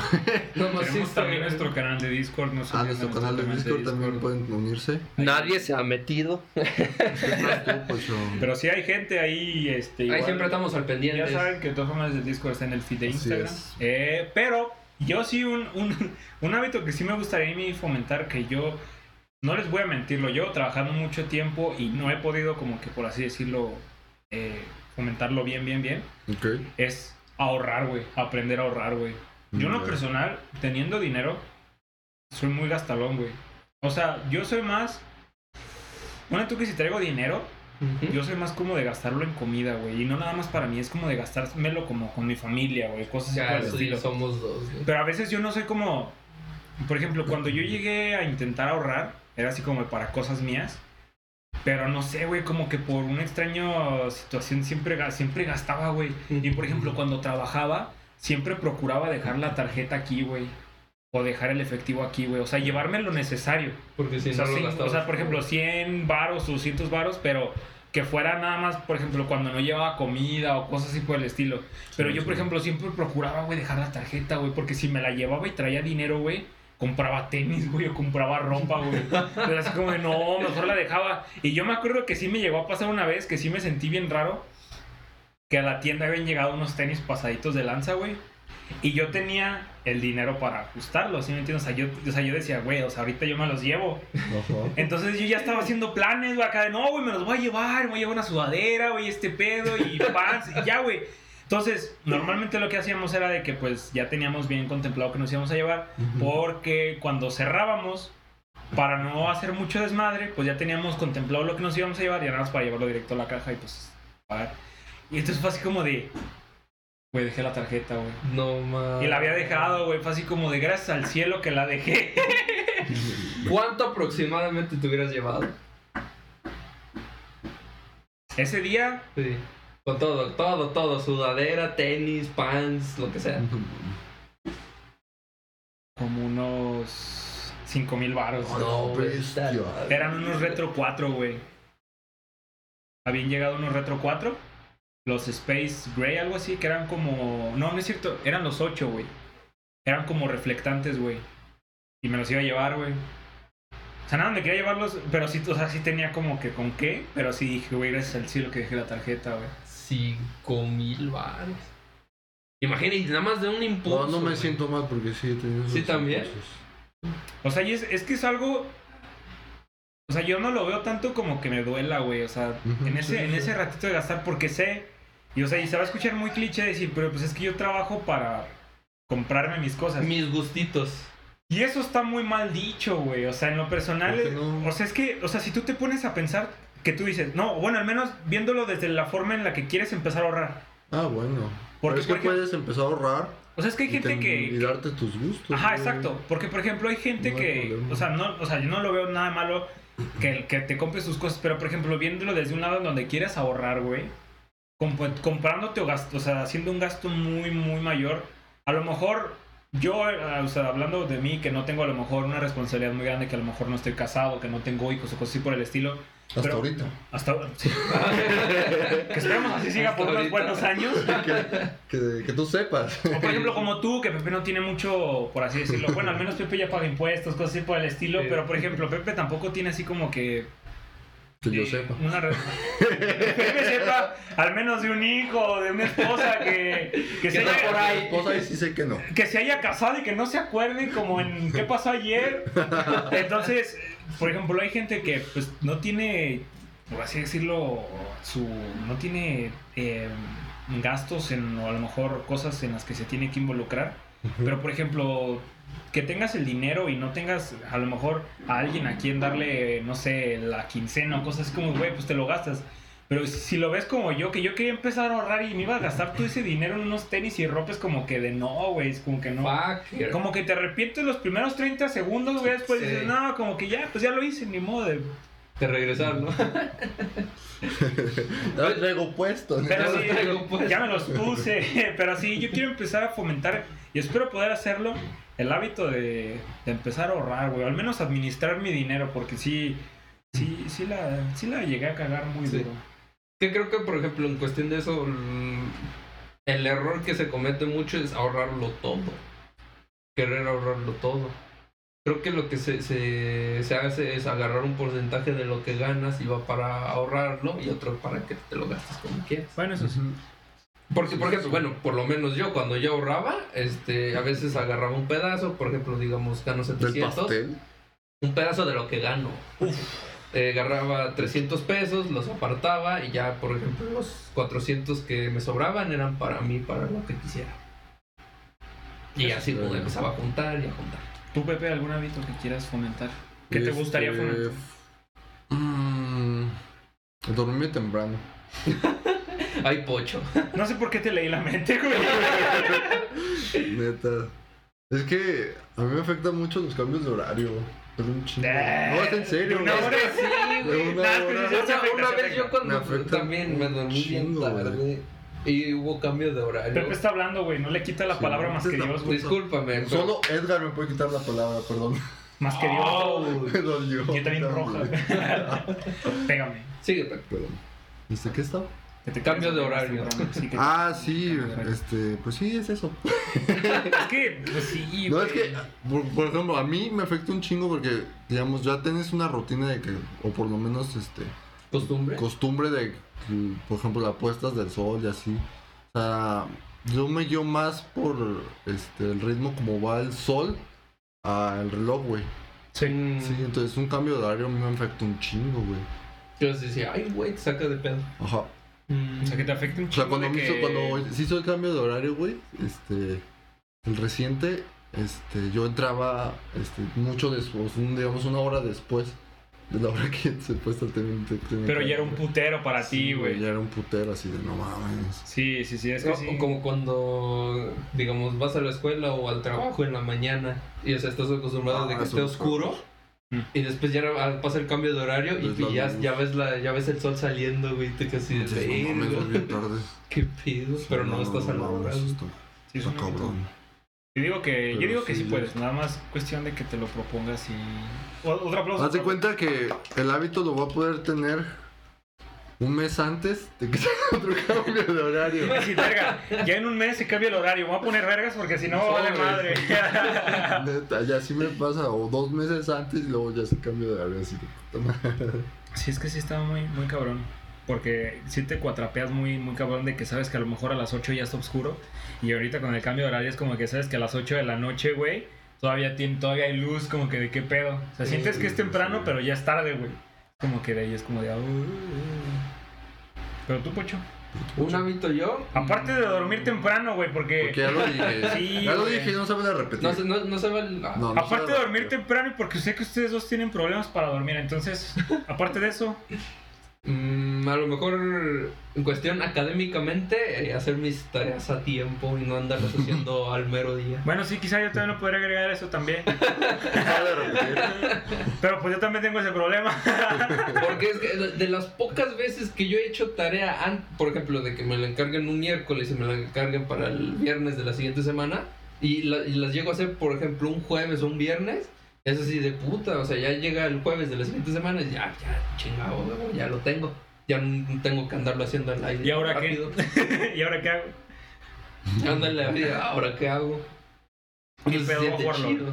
Speaker 1: No más
Speaker 2: tenemos también
Speaker 1: Instagram.
Speaker 2: nuestro canal de Discord. nos
Speaker 3: A
Speaker 2: unieron
Speaker 3: Ah, nuestro canal de Discord también pueden unirse.
Speaker 4: Nadie se ha metido.
Speaker 3: Estás tú, Pocho.
Speaker 2: Pero sí hay gente ahí, este.
Speaker 1: Ahí
Speaker 2: igual-
Speaker 1: siempre estamos al pendiente.
Speaker 2: Ya saben que de todas formas el Discord está en el feed de
Speaker 3: Así
Speaker 2: Instagram.
Speaker 3: es.
Speaker 2: Eh, pero yo sí, un, un, [laughs] un hábito que sí me gustaría a mí fomentar, que yo no les voy a mentirlo, yo trabajando mucho tiempo y no he podido, como que por así decirlo, eh, fomentarlo bien, bien, bien,
Speaker 3: Ok.
Speaker 2: es ahorrar, güey. Aprender a ahorrar, güey. Yo en lo
Speaker 3: Mm, Ya.
Speaker 2: personal, teniendo dinero, soy muy gastalón, güey. O sea, yo soy más. Bueno, tú que si traigo dinero,
Speaker 1: Ujú.
Speaker 2: yo soy más como de gastarlo en comida, güey. Y no nada más para mí, es como de gastármelo como con mi familia, güey. Cosas así por
Speaker 1: Ya,
Speaker 2: el
Speaker 1: sí,
Speaker 2: estilo.
Speaker 1: somos dos. güey.
Speaker 2: Pero a veces yo no soy como. Por ejemplo, cuando yo llegué a intentar ahorrar, era así como para cosas mías. Pero no sé, güey, como que por una extraña situación siempre, ga- siempre gastaba, güey. Y por ejemplo, cuando trabajaba, siempre procuraba dejar la tarjeta aquí, güey. O dejar el efectivo aquí, güey. O sea, llevarme lo necesario.
Speaker 1: Porque si
Speaker 2: O sea,
Speaker 1: no
Speaker 2: sí,
Speaker 1: lo
Speaker 2: o
Speaker 1: gastamos.
Speaker 2: sea, por ejemplo, 100 varos o 200 varos, pero que fuera nada más, por ejemplo, cuando no llevaba comida o cosas así por el estilo. Pero
Speaker 3: Sí,
Speaker 2: yo, por
Speaker 3: sí.
Speaker 2: ejemplo, siempre procuraba, güey, dejar la tarjeta, güey, porque si me la llevaba y traía dinero, güey, compraba tenis, güey, o compraba ropa, güey. Pero así como de, no, mejor la dejaba. Y yo me acuerdo que sí me llegó a pasar una vez, que sí me sentí bien raro, que a la tienda habían llegado unos tenis pasaditos de lanza, güey. Y yo tenía el dinero para ajustarlos, ¿sí me entiendes? O sea, yo, o sea, yo decía, güey, o sea, ahorita yo me los llevo.
Speaker 3: Ajá.
Speaker 2: Entonces yo ya estaba haciendo planes, güey, acá de, no, güey, me los voy a llevar, voy a llevar una sudadera, güey, este pedo y pants, y ya, güey. Entonces, normalmente lo que hacíamos era de que, pues, ya teníamos bien contemplado que nos íbamos a llevar, porque cuando cerrábamos, para no hacer mucho desmadre, pues ya teníamos contemplado lo que nos íbamos a llevar y nada más para llevarlo directo a la caja y, pues, pagar. Y entonces fue así como de, güey, dejé la tarjeta, güey.
Speaker 1: No más.
Speaker 2: Y la había dejado, güey, fue así como de, gracias al cielo que la dejé. [laughs]
Speaker 1: ¿Cuánto aproximadamente te hubieras llevado?
Speaker 2: Ese día,
Speaker 1: Sí. Con todo, todo, todo. Sudadera, tenis, pants, lo que sea.
Speaker 2: como unos 5 mil baros.
Speaker 3: No,
Speaker 1: güey,
Speaker 3: bestia.
Speaker 1: está-
Speaker 2: Eran unos Retro 4, güey. Habían llegado unos Retro 4. Los Space Gray, algo así, que eran como... No, no es cierto. Eran los 8, güey. Eran como reflectantes, güey. Y me los iba a llevar, güey. O sea, nada, me quería llevarlos, pero sí, o sea, sí tenía como que con qué, pero sí dije, güey, gracias al cielo que dejé la tarjeta, güey.
Speaker 1: Cinco mil baros. Imagínate, nada más de un impulso.
Speaker 3: No, Oh, no me
Speaker 1: güey.
Speaker 3: siento mal porque sí he tenido
Speaker 1: ¿Sí
Speaker 3: esos
Speaker 1: también?
Speaker 3: impulsos.
Speaker 2: O sea, y es, es que es algo. O sea, yo no lo veo tanto como que me duela, güey. O sea,
Speaker 3: Ujú,
Speaker 2: en
Speaker 3: sí,
Speaker 2: ese, en
Speaker 3: sí.
Speaker 2: ese ratito de gastar, porque sé. Y o sea, y se va a escuchar muy cliché decir, pero pues es que yo trabajo para comprarme mis cosas.
Speaker 1: Mis gustitos.
Speaker 2: Y eso está muy mal dicho, güey. O sea, en lo personal.
Speaker 3: ¿Por qué no?
Speaker 2: O sea, es que, o sea, si tú te pones a pensar que tú dices, no, bueno, al menos viéndolo desde la forma en la que quieres empezar a ahorrar.
Speaker 3: Ah, bueno.
Speaker 2: Porque,
Speaker 3: Porque es que
Speaker 2: por ejemplo-
Speaker 3: puedes empezar a ahorrar
Speaker 2: O sea, es que hay
Speaker 3: y,
Speaker 2: gente
Speaker 3: te-
Speaker 2: que,
Speaker 3: y darte tus gustos.
Speaker 2: Ajá,
Speaker 3: güey.
Speaker 2: exacto. Porque, por ejemplo, hay gente
Speaker 3: No hay
Speaker 2: que.
Speaker 3: problema.
Speaker 2: O sea, no, o sea, yo no lo veo nada malo que, que te compres sus cosas. Pero, por ejemplo, viéndolo desde un lado en donde quieres ahorrar, güey. comp- comprándote o gasto, o sea, haciendo un gasto muy, muy mayor. A lo mejor, yo, eh, o sea, hablando de mí, que no tengo a lo mejor una responsabilidad muy grande, que a lo mejor no estoy casado, que no tengo hijos o cosas así por el estilo.
Speaker 3: Hasta
Speaker 2: Pero-
Speaker 3: ahorita.
Speaker 2: Hasta ahora. sí. [laughs] que esperemos así siga por
Speaker 1: Hasta ahorita.
Speaker 2: unos buenos años.
Speaker 3: Que, que, que tú sepas.
Speaker 2: O por ejemplo, como tú, que Pepe no tiene mucho, por
Speaker 1: [laughs]
Speaker 2: así decirlo. Bueno, al menos Pepe ya paga impuestos, cosas así por el estilo.
Speaker 1: Sí.
Speaker 2: Pero, por ejemplo, Pepe tampoco tiene así como que.
Speaker 3: Que yo
Speaker 2: eh,
Speaker 3: sepa.
Speaker 1: [laughs]
Speaker 2: Una re- Pepe sepa al menos de un hijo, o de una esposa que, que, se
Speaker 1: está por
Speaker 2: haya,
Speaker 1: ahí.
Speaker 3: Mi esposa ahí sí sé que
Speaker 2: [laughs]
Speaker 3: no.
Speaker 2: que se haya casado y que no se acuerde como en qué pasó ayer. Entonces, por ejemplo, hay gente que pues no tiene, por así decirlo, su no tiene eh, gastos en, o a lo mejor cosas en las que se tiene que involucrar. Pero por ejemplo, que tengas el dinero y no tengas a lo mejor a alguien a quien darle, no sé, la quincena o cosas así como, güey, pues te lo gastas. Pero si- si lo ves como yo, que yo quería empezar a ahorrar y me iba a gastar todo ese dinero en unos tenis y ropa, es como que de no, güey, es como que no.
Speaker 1: Fucker.
Speaker 2: Como que te arrepientes los primeros 30 segundos, güey, después
Speaker 1: Sí.
Speaker 2: dices, no, como que ya, pues ya lo hice, ni modo de...
Speaker 1: De regresar, ¿no? [laughs]
Speaker 3: Ay, Traigo puesto.
Speaker 2: Pero
Speaker 1: Ya
Speaker 2: sí,
Speaker 1: los traigo, pues.
Speaker 2: ya me los puse, [laughs] pero sí, yo quiero empezar a fomentar, y espero poder hacerlo, el hábito de, de empezar a ahorrar, güey, al menos administrar mi dinero, porque sí, sí, sí la, sí la llegué a cagar muy
Speaker 1: Sí.
Speaker 2: duro.
Speaker 1: Que creo que, por ejemplo, en cuestión de eso, mm, el error que se comete mucho es ahorrarlo todo. Querer ahorrarlo todo. Creo que lo que se, se, se hace es agarrar un porcentaje de lo que ganas y va para ahorrarlo y otro para que te lo gastes como quieras.
Speaker 2: Bueno, eso sí.
Speaker 3: Ujú.
Speaker 1: Porque, por ejemplo, bueno, por lo menos yo, cuando yo ahorraba, este, a veces agarraba un pedazo, por ejemplo, digamos, gano
Speaker 3: Del
Speaker 1: 700
Speaker 3: pastel.
Speaker 1: un pedazo de lo que gano. Eh, agarraba 300 pesos, los apartaba y ya, por ejemplo, los 400 que me sobraban eran para mí, para lo que quisiera. Y así pues, empezaba a juntar y a juntar.
Speaker 2: ¿Tú, Pepe, algún hábito que quieras fomentar? ¿Qué te gustaría
Speaker 3: Este,
Speaker 2: fomentar?
Speaker 3: mm, Dormirme temprano.
Speaker 1: Ay, pocho.
Speaker 2: No sé por qué te leí la mente, güey.
Speaker 3: Neta. Es que a mí me afectan mucho los cambios de horario. Es un chingo.
Speaker 2: Eh,
Speaker 3: [laughs] No, es en serio.
Speaker 2: una
Speaker 3: güey.
Speaker 2: hora.
Speaker 1: Sí, güey.
Speaker 3: Una
Speaker 1: Nah, es que
Speaker 3: hora.
Speaker 1: sí,
Speaker 2: Te
Speaker 1: Una,
Speaker 2: afecta,
Speaker 1: una
Speaker 2: te
Speaker 1: vez
Speaker 2: afecta.
Speaker 1: yo cuando
Speaker 3: Me afecta
Speaker 1: también
Speaker 3: un
Speaker 1: me dormí bien
Speaker 3: chingo, güey.
Speaker 1: tarde y hubo cambio de
Speaker 2: Pepe
Speaker 1: horario.
Speaker 2: está hablando, güey, no le quita la
Speaker 3: Sí,
Speaker 2: palabra más que
Speaker 3: antes no.
Speaker 2: Dios, güey.
Speaker 1: Discúlpame. pero-
Speaker 3: Solo Edgar me puede quitar la palabra,
Speaker 2: [laughs]
Speaker 3: perdón.
Speaker 2: Más que Dios.
Speaker 1: Oh,
Speaker 3: Me dolió.
Speaker 2: Yo también roja.
Speaker 3: Perdón.
Speaker 2: Pégame.
Speaker 1: Sigue, Pepe.
Speaker 3: Perdón. ¿Viste qué está?
Speaker 2: Que te
Speaker 1: Cambio de
Speaker 2: quedes
Speaker 1: horario.
Speaker 2: temprano, sí, que-
Speaker 3: Ah, sí,
Speaker 2: Cambio de horario.
Speaker 3: este, pues sí, es eso.
Speaker 2: Es que, pues sí,
Speaker 3: No,
Speaker 2: güey.
Speaker 3: es que, por, por ejemplo, a mí me afecta un chingo porque, digamos, ya tienes una rutina de que, o por lo menos, este,
Speaker 1: ¿Costumbre?
Speaker 3: costumbre de, mm, por ejemplo, las puestas del sol y así. O sea, yo me guío más por este, el ritmo como va el sol al reloj, güey.
Speaker 1: Mm,
Speaker 3: Sí, entonces un cambio de horario a mí me afecta un chingo, güey.
Speaker 1: Yo decía, ay, güey, te saca de pedo.
Speaker 3: Ajá.
Speaker 1: Mm.
Speaker 2: O sea, que te afecta un
Speaker 3: O sea,
Speaker 2: chingo
Speaker 3: cuando,
Speaker 2: de
Speaker 3: me hizo-
Speaker 2: que-
Speaker 3: cuando se hizo el cambio de horario, güey, este, el reciente, este, yo entraba, este, mucho después, un- digamos una hora después de la hora que [laughs] supuestamente tenía
Speaker 2: Pero
Speaker 3: que-
Speaker 2: ya era un putero para ti,
Speaker 3: Sí,
Speaker 2: güey.
Speaker 3: Ya era un putero así de no mames.
Speaker 2: Sí, sí, sí, es que
Speaker 1: No,
Speaker 2: sí.
Speaker 1: Como cuando, digamos, vas a la escuela o al trabajo en la mañana y o sea, estás acostumbrado
Speaker 3: Ah,
Speaker 1: de que
Speaker 3: eso
Speaker 1: esté
Speaker 3: es
Speaker 1: oscuro Y después ya ah, pasa el cambio de horario y
Speaker 3: Ves
Speaker 1: pues
Speaker 3: las
Speaker 1: ya,
Speaker 3: luces.
Speaker 1: ya ves la, ya ves el sol saliendo, güey. y Te casi de
Speaker 3: Entonces, no mames,
Speaker 1: "Verga,
Speaker 3: vas bien tarde.
Speaker 1: Qué pedo, pero no, estás a la
Speaker 3: no,
Speaker 1: hora.
Speaker 3: eso
Speaker 1: güey.
Speaker 3: está-
Speaker 2: Sí, es
Speaker 3: está
Speaker 2: un
Speaker 3: Ah, cabrón.
Speaker 2: Yo digo que, yo
Speaker 3: Pero
Speaker 2: digo que sí
Speaker 3: sí.
Speaker 2: puedes, nada más cuestión de que te lo propongas y. O- Otro aplauso.
Speaker 3: Haz de cuenta que el hábito lo va a poder tener un mes antes de que [laughs] salga otro cambio de horario.
Speaker 2: Iba a decir, verga, ya en un mes se cambia el horario. Voy a poner vergas porque si no, vale
Speaker 1: Sobres.
Speaker 2: madre.
Speaker 3: [laughs] Neta, ya sí me pasa, o dos meses antes y luego ya se cambio de horario así de puta madre.
Speaker 2: Sí, es que sí estaba muy, muy cabrón. Porque sí te cuatrapeas muy, muy cabrón de que sabes que a lo mejor a las 8 ya está oscuro. Y ahorita con el cambio de horario es como que sabes que a las 8 de la noche, güey, todavía, tiene, todavía hay luz, como que de qué pedo. O sea,
Speaker 1: Sí,
Speaker 2: sientes que es temprano,
Speaker 3: sí.
Speaker 2: pero ya es tarde, güey. Como que de ahí es como de. "Ah, uh, uh, uh". Pero tú, Pocho.
Speaker 1: Un hábito yo.
Speaker 2: Aparte de dormir temprano, güey, porque.
Speaker 3: Porque ya lo dije.
Speaker 2: [laughs] Sí,
Speaker 3: ya lo
Speaker 2: güey.
Speaker 3: dije y no se vuelve a repetir.
Speaker 1: No, se- no, no se va el. ah,
Speaker 3: No, no se
Speaker 2: Aparte
Speaker 3: vuelve
Speaker 2: de
Speaker 3: a
Speaker 2: dormir
Speaker 3: repetir.
Speaker 2: temprano y porque sé que ustedes dos tienen problemas para dormir, entonces, aparte de eso,
Speaker 1: mm, a lo mejor en cuestión académicamente, eh, hacer mis tareas a tiempo y no andarlas haciendo al mero día.
Speaker 2: bueno, sí, quizá yo también lo podría agregar eso también,
Speaker 3: Se vuelve a repetir.
Speaker 2: pero pues yo también tengo ese problema. [laughs]
Speaker 1: Porque es que de de las pocas veces que yo he hecho tarea, an- por ejemplo, de que me la encarguen un miércoles y me la encarguen para el viernes de la siguiente semana, y, la- y las llego a hacer, por ejemplo, un jueves o un viernes, es así de puta, o sea, ya llega el jueves de la siguiente semana y ya, ya, chingado, huevo, ya lo tengo. Ya no tengo que andarlo haciendo al aire.
Speaker 2: ¿Y ahora qué?
Speaker 1: rápido.
Speaker 2: ¿Y ahora qué hago?
Speaker 1: Ándale, ahorita, ahora qué hago.
Speaker 2: Ni
Speaker 1: Se
Speaker 2: pedo,
Speaker 1: siente
Speaker 2: Warlock.
Speaker 1: chido.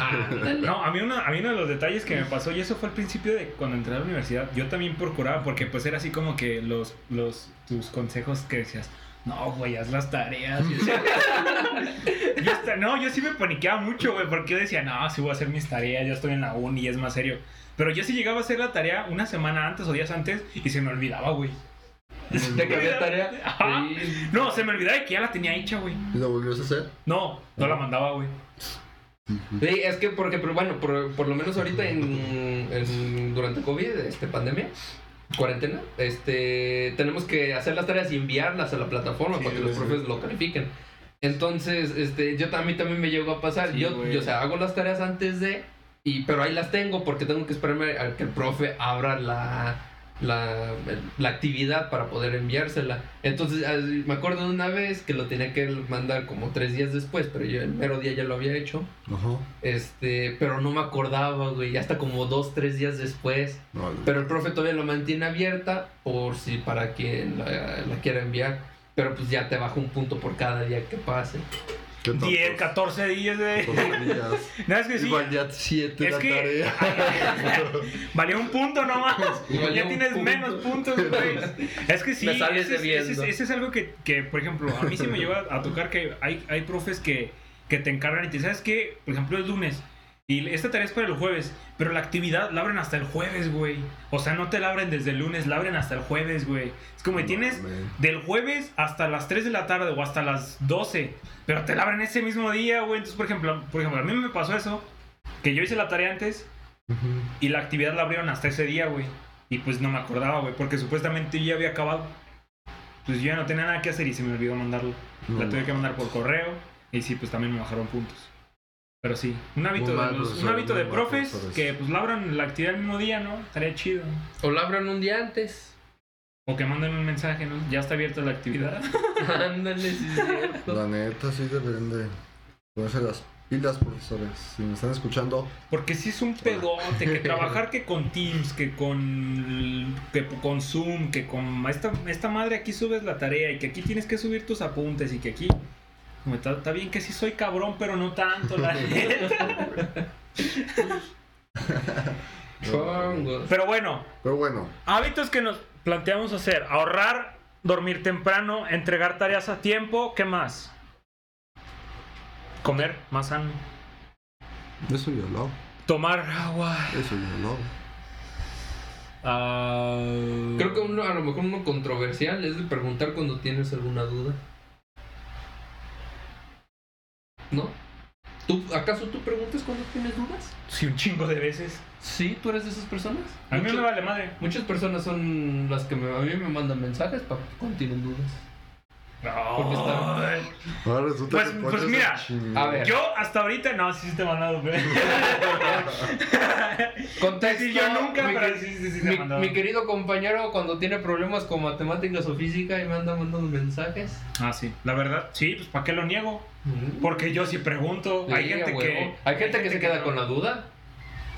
Speaker 1: Ándale.
Speaker 2: [laughs] No, a mí, uno, a mí uno de los detalles que me pasó, y eso fue al principio de cuando entré a la universidad, yo también procuraba, porque pues era así como que los, los, tus consejos que decías, no, güey, haz las tareas. Y
Speaker 3: [laughs]
Speaker 2: decía- yo hasta- no, yo sí me paniqueaba mucho, güey, porque yo decía, no, sí voy a hacer mis tareas, ya estoy en la uni, es más serio. Pero yo sí llegaba a hacer la tarea una semana antes o días antes y se me olvidaba, güey.
Speaker 1: ¿Te cambié tarea?
Speaker 2: Ajá.
Speaker 1: Sí.
Speaker 2: No, se me olvidaba de que ya la tenía hecha, güey.
Speaker 3: ¿Y lo volvió a hacer?
Speaker 2: No, no la mandaba, güey.
Speaker 1: Sí, es que porque, pero bueno, por, por lo menos ahorita en, en- durante COVID, este pandemia, cuarentena, este tenemos que hacer las tareas y enviarlas a la plataforma
Speaker 2: Sí,
Speaker 1: para que los
Speaker 2: güey.
Speaker 1: profes lo califiquen. Entonces, este, yo a mí también me llegó a pasar.
Speaker 2: Sí,
Speaker 1: yo,
Speaker 2: güey.
Speaker 1: yo, o sea, hago las tareas antes de, y pero ahí las tengo porque tengo que esperarme a que el profe abra la, la, la actividad para poder enviársela. Entonces, al- me acuerdo de una vez que lo tenía que mandar como tres días después, pero yo el mero día ya lo había hecho.
Speaker 3: Ajá.
Speaker 1: Este, pero no me acordaba, güey, hasta como dos, tres días después.
Speaker 3: No,
Speaker 1: Pero el profe todavía la mantiene abierta por si para quien la, la quiera enviar. Pero pues ya te baja un punto por cada día que pase.
Speaker 3: ¿qué tantos?
Speaker 2: 10, 14 días, güey.
Speaker 3: Catorce días.
Speaker 2: Nada, es que [laughs] sí.
Speaker 3: Igual ya 7
Speaker 2: Es
Speaker 3: la
Speaker 2: que-
Speaker 3: tarea.
Speaker 2: [laughs] Valía un punto nomás.
Speaker 1: Y valía
Speaker 2: ya
Speaker 1: un
Speaker 2: tienes
Speaker 1: punto.
Speaker 2: menos puntos, güey. Es que sí.
Speaker 1: Me sales
Speaker 2: ese es-
Speaker 1: debiendo.
Speaker 2: ese es- ese es algo que, que, por ejemplo, a mí se me lleva a tocar que hay, hay profes que, que te encargan y te sabes que, por ejemplo, es lunes. Y esta tarea es para el jueves, pero la actividad la abren hasta el jueves, güey. O sea, no te la abren desde el lunes, la abren hasta el jueves, güey. Es como que tienes
Speaker 3: Mames.
Speaker 2: del jueves hasta las 3 de la tarde o hasta las 12, pero te la abren ese mismo día, güey. Entonces, por ejemplo, por ejemplo, a mí me pasó eso, que yo hice la tarea antes
Speaker 3: Ujú.
Speaker 2: y la actividad la abrieron hasta ese día, güey. Y pues no me acordaba, güey, porque supuestamente yo ya había acabado. Pues yo ya no tenía nada que hacer y se me olvidó mandarlo.
Speaker 3: No,
Speaker 2: la tuve que mandar por correo y sí, pues también me bajaron puntos. Pero sí, un hábito
Speaker 3: Muy mal,
Speaker 2: de, los- un
Speaker 3: profesor,
Speaker 2: hábito
Speaker 3: muy
Speaker 2: de
Speaker 3: mal,
Speaker 2: profes
Speaker 3: profesores.
Speaker 2: que pues la abran la actividad el mismo día, ¿no? Estaría chido.
Speaker 1: O la abran un día antes. [laughs]
Speaker 2: O que manden un mensaje, ¿no? Ya está abierta la actividad.
Speaker 1: Ándale, sí, es cierto.
Speaker 3: La neta sí deberían de ponerse las pilas, profesores. Si me están escuchando,
Speaker 2: Porque sí es un pedote que trabajar que con Teams, que con que con Zoom, que con esta, esta madre aquí subes la tarea y que aquí tienes que subir tus apuntes y que aquí como está, está bien que sí soy cabrón, pero no tanto, la neta.
Speaker 1: Chongos.
Speaker 2: Pero bueno,
Speaker 3: Pero bueno,
Speaker 2: hábitos que nos planteamos hacer, ahorrar, dormir temprano, entregar tareas a tiempo, ¿qué más? Comer más sano,
Speaker 3: eso yo lo hago.
Speaker 2: tomar agua.
Speaker 3: Eso yo lo hago.
Speaker 2: ah,
Speaker 1: Creo que uno, a lo mejor uno controversial es de preguntar cuando tienes alguna duda. ¿No? ¿Tú, ¿Acaso tú preguntas cuando tienes dudas?
Speaker 2: sí un chingo de veces.
Speaker 1: Sí, tú eres de esas personas.
Speaker 2: A mí
Speaker 1: Mucho-
Speaker 2: me vale madre.
Speaker 1: Muchas personas son las que me- a mí me mandan mensajes para que contienen dudas. Porque está-
Speaker 2: No.
Speaker 3: Ahora resulta
Speaker 2: Pues-
Speaker 3: que
Speaker 2: pues
Speaker 3: Poncho es
Speaker 2: mira,
Speaker 3: el chingón.
Speaker 1: a ver.
Speaker 2: Yo hasta ahorita no, sí, sí te
Speaker 1: [laughs]
Speaker 2: mandado, güey.
Speaker 1: Contexto,
Speaker 2: Sí, yo nunca,
Speaker 1: mi,
Speaker 2: pero
Speaker 1: que-
Speaker 2: sí, sí, sí te
Speaker 1: mi,
Speaker 2: mandado.
Speaker 1: mi querido compañero cuando tiene problemas con matemáticas o física y me anda mandando mensajes.
Speaker 2: Ah, sí. La verdad, sí, pues ¿para qué lo niego?
Speaker 1: Mm.
Speaker 2: Porque yo sí pregunto.
Speaker 1: Sí,
Speaker 2: hay, gente
Speaker 1: a huevo.
Speaker 2: que,
Speaker 1: Hay gente que se queda
Speaker 2: no.
Speaker 1: con la duda.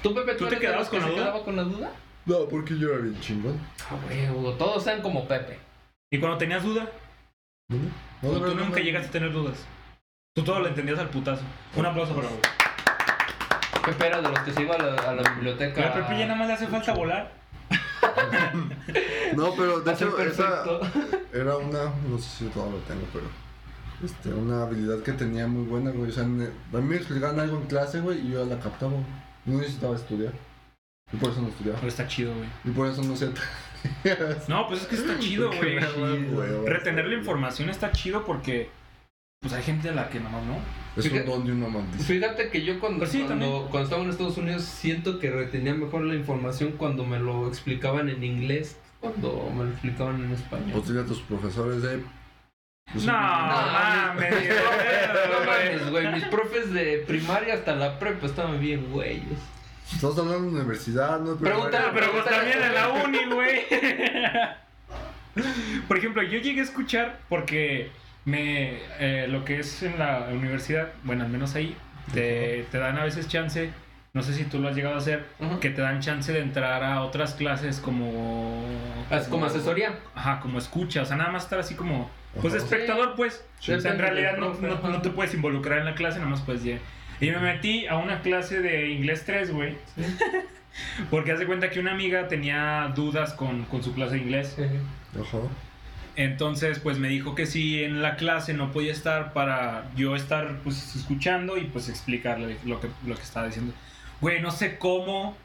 Speaker 1: ¿Tú, Pepe,
Speaker 2: ¿Tú te
Speaker 1: eres de los
Speaker 2: quedabas
Speaker 1: que
Speaker 2: con la
Speaker 1: se
Speaker 2: duda? Ah,
Speaker 1: quedaba con la duda?
Speaker 3: No, porque yo era bien chingón.
Speaker 1: A huevo, todos sean como Pepe.
Speaker 2: ¿Y cuando tenías duda?
Speaker 3: ¿No? No,
Speaker 2: ¿O
Speaker 3: la
Speaker 2: tú
Speaker 3: verdad,
Speaker 2: nunca
Speaker 3: no.
Speaker 2: llegaste a tener dudas. Tú todo lo entendías al putazo. Un aplauso para vos.
Speaker 1: Pepe era de los que se iba a la, a
Speaker 2: Mm.
Speaker 1: la biblioteca.
Speaker 2: La Pepe ya nada más le hace falta volar.
Speaker 3: No, pero de
Speaker 1: a ser
Speaker 3: hecho, esa
Speaker 1: perfecto.
Speaker 3: era una. No sé si yo todavía lo tengo, pero. Este, una habilidad que tenía muy buena, güey. O sea, me- a mí me explicaban algo en clase, güey, y yo la captaba. güey. No necesitaba estudiar. Y por eso no estudiaba.
Speaker 2: Pero está chido, güey.
Speaker 3: Y por eso no sé. tareas.
Speaker 2: No, pues es que está chido,
Speaker 3: Mm, Qué
Speaker 2: güey.
Speaker 3: chido, güey.
Speaker 2: Retener la información está chido porque pues hay gente a la que nomás no.
Speaker 3: [laughs] Es un
Speaker 1: Fíjate-
Speaker 3: don de una maldición.
Speaker 1: Fíjate que yo cuando,
Speaker 2: Pero Pues sí,
Speaker 1: cuando,
Speaker 2: también.
Speaker 1: cuando estaba en Estados Unidos siento que retenía mejor la información cuando me lo explicaban en inglés que cuando me lo explicaban en español.
Speaker 3: Pues dile a tus profesores de. pues,
Speaker 2: No,
Speaker 1: no,
Speaker 2: mames.
Speaker 1: No
Speaker 2: güey.
Speaker 1: mames, güey, mis profes de primaria hasta la prepa estaban bien güeyes.
Speaker 3: Estás hablando de universidad, ¿no?
Speaker 1: Pregúntale,
Speaker 3: Primaria.
Speaker 2: Pero pues también en la uni, güey. Por ejemplo, yo llegué a escuchar porque me eh, lo que es en la universidad, bueno, al menos ahí, te, te dan a veces chance, no sé si tú lo has llegado a hacer,
Speaker 1: Ajá.
Speaker 2: que te dan chance de entrar a otras clases como...
Speaker 1: Es Ah, como asesoría.
Speaker 2: Ajá, como escucha, o sea, nada más estar así como... Pues
Speaker 3: Ajá.
Speaker 2: espectador, pues.
Speaker 1: Sí.
Speaker 2: O sea, en
Speaker 1: Depende
Speaker 2: realidad
Speaker 1: del
Speaker 2: no,
Speaker 1: profe,
Speaker 2: no-
Speaker 1: ajá.
Speaker 2: no te puedes involucrar en la clase, nada más puedes llegar. Y me metí a una clase de inglés 3, güey. [laughs] Porque hace cuenta que una amiga tenía dudas con, con su clase de inglés.
Speaker 3: Ajá.
Speaker 2: Entonces, pues me dijo que si en la clase no podía estar para yo estar pues escuchando y pues explicarle lo que, lo que estaba diciendo. Güey, no sé cómo.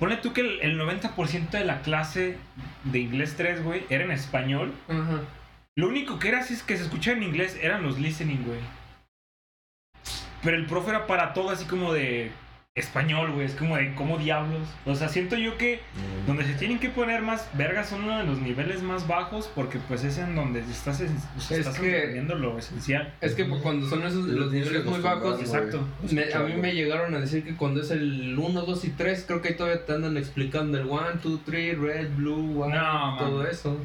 Speaker 2: Pone tú que el, el 90% de la clase de inglés 3, güey, era en español.
Speaker 1: Ajá.
Speaker 2: Lo único que era así es que se escuchaba en inglés eran los listening, güey. Pero el profe era para todo así como de español, güey. Es como de cómo diablos. O sea, siento yo que
Speaker 3: Mm.
Speaker 2: donde se tienen que poner más vergas son uno de los niveles más bajos porque pues es en donde estás, en- o sea,
Speaker 1: Es
Speaker 2: estás
Speaker 1: que-
Speaker 2: entendiendo lo esencial.
Speaker 1: Es que pues, cuando son esos los niveles muy bajos,
Speaker 3: Güey,
Speaker 2: Exacto.
Speaker 1: Me- a mí
Speaker 3: escucharlo.
Speaker 1: me llegaron a decir que cuando es el 1, 2 y 3, creo que ahí todavía te andan explicando el 1, 2, 3, red, blue, white,
Speaker 2: No,
Speaker 1: todo
Speaker 2: mames.
Speaker 1: eso.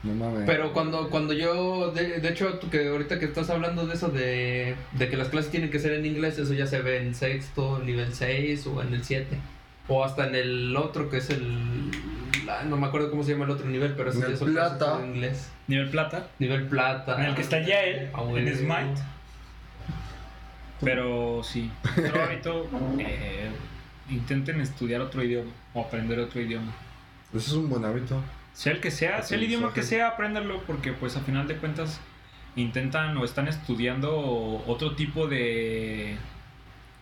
Speaker 3: No mames.
Speaker 1: Pero cuando cuando yo, de, de hecho, tú que ahorita que estás hablando de eso, de, de que las clases tienen que ser en inglés, eso ya se ve en sexto, nivel 6 o en el 7. O hasta en el otro que es el... la- no me acuerdo cómo se llama el otro nivel, pero eso
Speaker 3: En el
Speaker 1: ya son clases
Speaker 3: plata.
Speaker 1: en inglés.
Speaker 2: Nivel plata.
Speaker 1: Nivel plata.
Speaker 2: En el que está Yael,
Speaker 1: Ah,
Speaker 2: en
Speaker 1: güey.
Speaker 2: Smite. Pero sí, otro hábito, eh, intenten estudiar otro idioma o aprender otro idioma.
Speaker 3: Ese Pues es un buen hábito.
Speaker 2: Sea el que sea, sea el idioma que sea, apréndanlo porque pues a final de cuentas intentan o están estudiando otro tipo de...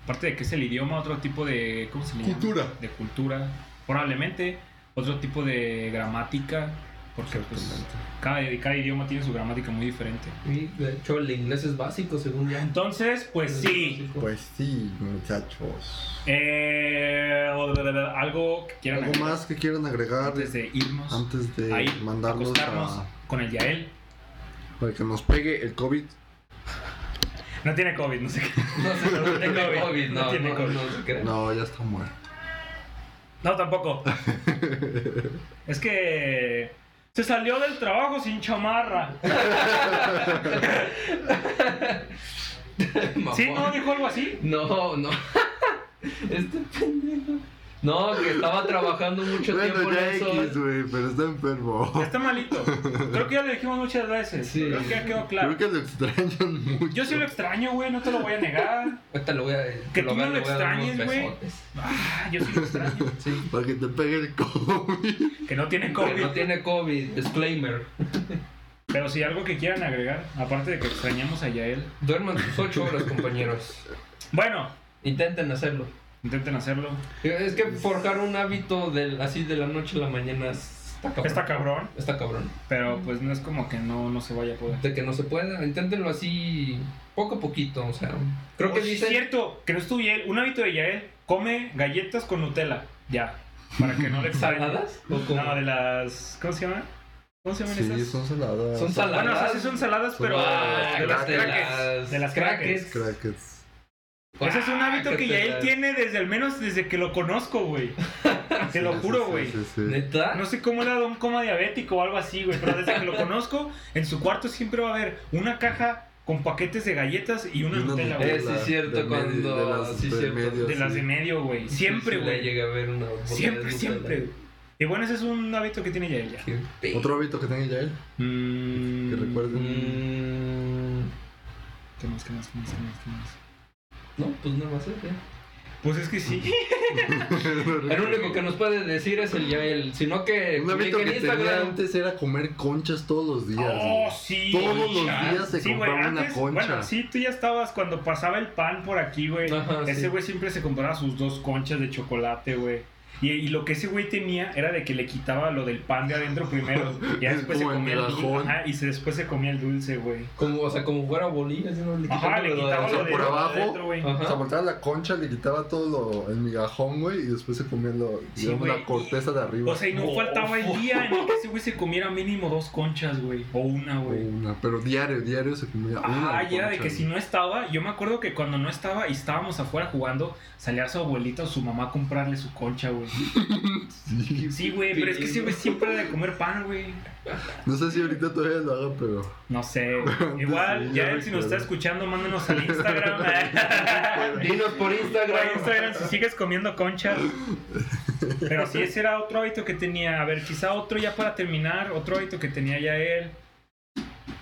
Speaker 2: Aparte de que es el idioma, otro tipo de... ¿Cómo se le llama?
Speaker 3: Cultura.
Speaker 2: De cultura, probablemente. Otro tipo de gramática, porque pues
Speaker 3: Exactamente.
Speaker 2: cada, cada idioma tiene su gramática muy diferente.
Speaker 1: Y, de hecho, el inglés es básico, según ya.
Speaker 2: Entonces, pues sí.
Speaker 1: Básico.
Speaker 3: Pues sí, muchachos.
Speaker 2: Eh, algo que quieran
Speaker 3: ¿Algo
Speaker 2: agregar
Speaker 3: más que quieran agregar
Speaker 2: antes de irnos,
Speaker 3: antes de
Speaker 2: ahí,
Speaker 3: mandarlos
Speaker 2: acostarnos
Speaker 3: a,
Speaker 2: con el Yael.
Speaker 3: para que nos pegue el COVID?
Speaker 2: No tiene COVID, no sé qué.
Speaker 1: No sé, no
Speaker 2: tiene
Speaker 1: tiene
Speaker 2: COVID,
Speaker 1: COVID,
Speaker 2: no
Speaker 1: no,
Speaker 2: tiene
Speaker 1: no,
Speaker 2: COVID.
Speaker 1: no se crea.
Speaker 3: No, ya está muerto.
Speaker 1: [laughs]
Speaker 2: No, tampoco. es que se salió del trabajo sin chamarra. Sí, no,
Speaker 1: Mamón.
Speaker 2: dijo algo así.
Speaker 1: No, [laughs] no. Este pendejo. No, que estaba trabajando mucho
Speaker 3: Bueno,
Speaker 1: tiempo en
Speaker 3: ya
Speaker 1: eso.
Speaker 3: X, güey, pero está enfermo.
Speaker 2: Está malito. Creo que ya lo dijimos muchas veces.
Speaker 1: Sí.
Speaker 2: Creo que ya quedó claro.
Speaker 3: Creo que lo extrañan mucho.
Speaker 2: Yo sí lo extraño, güey, no te lo voy a negar.
Speaker 1: Ahorita lo voy a. eh,
Speaker 2: Que
Speaker 1: lo
Speaker 2: tú
Speaker 1: voy a-
Speaker 2: no lo
Speaker 1: le voy a dar unos
Speaker 2: extrañes, güey.
Speaker 1: besotes.
Speaker 2: Ah, yo sí lo extraño.
Speaker 1: Sí.
Speaker 3: Para que te pegue el COVID.
Speaker 2: Que no tiene
Speaker 1: Que
Speaker 2: COVID.
Speaker 1: no tiene COVID, disclaimer.
Speaker 2: Pero si algo que quieran agregar, aparte de que extrañamos a Yael.
Speaker 1: Duerman sus 8 horas, compañeros.
Speaker 2: Bueno,
Speaker 1: Intenten hacerlo.
Speaker 2: intenten hacerlo.
Speaker 1: Es que forjar un hábito del, así de la noche a la mañana está cabrón.
Speaker 2: Está cabrón,
Speaker 1: Está cabrón.
Speaker 2: pero pues no es como que no, no se vaya a poder.
Speaker 1: De que no se pueda. Inténtenlo así poco a poquito. O sea, creo que
Speaker 2: Oye,
Speaker 1: dicen.
Speaker 2: Es Pues cierto, que no estuvo Yael. Un hábito de Yael, come
Speaker 1: [laughs]
Speaker 2: galletas con Nutella. Ya. Para que no le extrañe.
Speaker 1: ¿Saladas? ¿O cómo?
Speaker 2: No, de las. ¿Cómo se llama? ¿Cómo se llaman
Speaker 3: Sí,
Speaker 2: esas?
Speaker 3: son saladas.
Speaker 1: Son saladas.
Speaker 2: Bueno, o sea, sí son saladas,
Speaker 3: Son
Speaker 2: pero
Speaker 3: saladas.
Speaker 2: de las
Speaker 1: de
Speaker 2: crackers.
Speaker 1: las-
Speaker 2: De las crackers.
Speaker 3: Crackers.
Speaker 2: Ese es un hábito
Speaker 1: Ah, qué
Speaker 2: que ya él
Speaker 1: pedazo.
Speaker 2: tiene desde al menos desde que lo conozco,
Speaker 1: [laughs]
Speaker 2: güey. Te lo
Speaker 3: Sí, sí,
Speaker 2: juro,
Speaker 3: sí,
Speaker 2: güey.
Speaker 3: sí, sí.
Speaker 1: ¿Neta?
Speaker 2: No sé cómo le ha dado un coma diabético o algo así, güey. Pero desde que lo conozco, en su cuarto siempre va a haber una caja con paquetes de galletas y una
Speaker 3: Y una
Speaker 2: Nutella,
Speaker 1: Eh,
Speaker 2: güey.
Speaker 1: sí,
Speaker 3: Nutella
Speaker 1: cierto,
Speaker 3: de medio-
Speaker 1: cuando-
Speaker 3: de las
Speaker 1: sí,
Speaker 3: de
Speaker 1: cierto.
Speaker 3: medio,
Speaker 2: De las de
Speaker 3: sí.
Speaker 2: medio, güey. Siempre,
Speaker 1: Sí, la
Speaker 2: güey.
Speaker 1: llegué a ver una botella
Speaker 2: Siempre,
Speaker 1: de Nutella.
Speaker 2: siempre. Y bueno, ese es un hábito que tiene Yael ya.
Speaker 1: Qué pe-
Speaker 3: Otro hábito que tenga ya él,
Speaker 2: Mm,
Speaker 3: que recuerde.
Speaker 1: Mm,
Speaker 2: ¿Qué más, qué más, qué más, qué más, qué más?
Speaker 1: No, pues nada más eso, ya.
Speaker 2: Pues es que sí.
Speaker 1: El único que nos puede decir es el Yael, sino que
Speaker 3: Un hábito
Speaker 1: publiquen
Speaker 3: que tenía antes era comer conchas todos los días.
Speaker 2: Oh,
Speaker 3: güey.
Speaker 2: sí.
Speaker 3: Todos los
Speaker 2: ya.
Speaker 3: días se
Speaker 2: Sí, güey,
Speaker 3: compraba una
Speaker 2: antes,
Speaker 3: concha.
Speaker 2: Bueno, sí, tú ya estabas cuando pasaba el pan por aquí, güey.
Speaker 1: Ajá, sí.
Speaker 2: Ese güey siempre se compraba sus dos conchas de chocolate, güey. Y, y lo que ese güey tenía era de que le quitaba lo del pan de adentro
Speaker 3: [laughs]
Speaker 2: primero. Y ya
Speaker 3: Es
Speaker 2: después se
Speaker 3: como el
Speaker 2: comía el dulce.
Speaker 3: migajón.
Speaker 2: Ajá, y se- después se comía el dulce, güey.
Speaker 1: Como, o sea, como fuera bolillas, ¿no? Le
Speaker 2: Ajá,
Speaker 1: quitaba
Speaker 2: le
Speaker 1: lo de-
Speaker 2: quitaba lo de
Speaker 3: por
Speaker 2: lo de
Speaker 3: abajo.
Speaker 2: adentro, güey.
Speaker 1: Ajá.
Speaker 3: O sea, volteaba la concha, le quitaba todo lo, el migajón, güey, y después se comía lo,
Speaker 2: Sí,
Speaker 3: digamos,
Speaker 2: güey.
Speaker 3: la corteza de arriba.
Speaker 2: O sea, y no
Speaker 1: Oh,
Speaker 2: faltaba
Speaker 1: oh.
Speaker 2: el día en el que ese güey se comiera mínimo dos conchas, güey. O una,
Speaker 3: O
Speaker 2: güey.
Speaker 3: una, pero diario, diario se comía Oh, una.
Speaker 2: Ah, y era de
Speaker 3: concha,
Speaker 2: que si
Speaker 3: güey.
Speaker 2: no estaba, yo me acuerdo que cuando no estaba y estábamos afuera jugando, salía su abuelita o su mamá a comprarle su concha, güey.
Speaker 3: Sí.
Speaker 2: Sí, güey, pero es que ese güey siempre era de comer pan, güey.
Speaker 3: No sé si ahorita todavía lo haga, pero.
Speaker 2: No sé. Igual,
Speaker 3: Sí,
Speaker 2: ya
Speaker 3: yo
Speaker 2: él si nos está
Speaker 3: recuerdo.
Speaker 2: escuchando, mándanos al
Speaker 1: [laughs]
Speaker 2: Instagram. [laughs]
Speaker 1: Dinos por
Speaker 2: Por
Speaker 1: Instagram.
Speaker 2: Instagram si sigues comiendo conchas. Pero sí, ese era otro hábito que tenía. A ver, quizá otro ya para terminar, otro hábito que tenía ya él.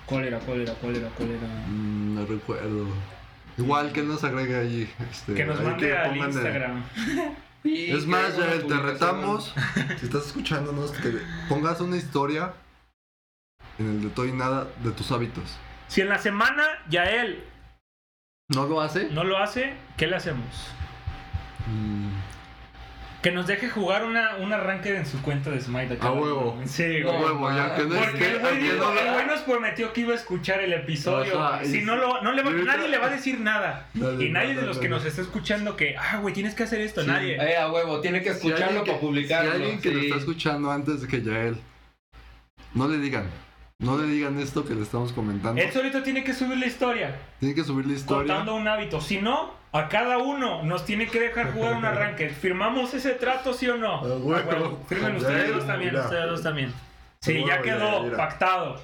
Speaker 2: ¿Cuál era, cuál era, cuál era, cuál era?
Speaker 3: mm, no recuerdo. Igual que nos agregue ahí. Este,
Speaker 2: Que nos
Speaker 3: ahí
Speaker 2: mande
Speaker 3: le
Speaker 2: al
Speaker 3: pongan, eh,
Speaker 2: Instagram.
Speaker 1: Sí,
Speaker 3: Es más,
Speaker 1: qué pues, buena
Speaker 3: Yael, te
Speaker 1: publicación.
Speaker 3: retamos.
Speaker 2: [laughs]
Speaker 3: Si estás escuchándonos, que pongas una historia en el de todo y nada de tus hábitos.
Speaker 2: Si en la semana ya él
Speaker 3: ¿No lo hace?
Speaker 2: no lo hace, ¿qué le hacemos?
Speaker 3: Mm,
Speaker 2: Que nos deje jugar una, un arranque en su cuenta de Smite.
Speaker 3: A huevo.
Speaker 2: Sí,
Speaker 3: no,
Speaker 2: güey.
Speaker 3: huevo, ya que no es
Speaker 2: Porque
Speaker 3: que.
Speaker 2: el güey,
Speaker 3: aunque
Speaker 2: dijo-
Speaker 3: no
Speaker 2: el
Speaker 3: lo-
Speaker 2: güey nos prometió que iba a escuchar el episodio.
Speaker 3: Ajá,
Speaker 2: güey. si
Speaker 3: y-
Speaker 2: no lo, no le va-
Speaker 3: y ahorita-
Speaker 2: nadie le va a decir nada.
Speaker 3: Dale,
Speaker 2: Y nadie
Speaker 3: dale,
Speaker 2: de los
Speaker 3: dale.
Speaker 2: que nos está escuchando que, ah, güey, tienes que hacer esto,
Speaker 3: Sí.
Speaker 2: nadie.
Speaker 1: Eh, a huevo, tiene que
Speaker 3: Si
Speaker 1: escucharlo
Speaker 3: alguien que-
Speaker 1: para publicarlo.
Speaker 3: Si alguien que lo
Speaker 1: sí.
Speaker 3: está escuchando antes de que Yael, no le digan. No le digan esto que le estamos comentando.
Speaker 2: Él solito tiene que subir la historia,
Speaker 3: Tiene que subir la historia.
Speaker 2: contando un hábito. Si no, a cada uno nos tiene que dejar jugar un
Speaker 3: [laughs]
Speaker 2: arranque. ¿Firmamos ese trato, sí o no?
Speaker 3: A Ah, huevo.
Speaker 2: A huevo. Firmen ustedes
Speaker 3: Ya,
Speaker 2: dos también,
Speaker 3: mira.
Speaker 2: ustedes dos también. Sí,
Speaker 3: A
Speaker 2: ya
Speaker 3: huevo,
Speaker 2: quedó,
Speaker 3: ya, mira.
Speaker 2: pactado.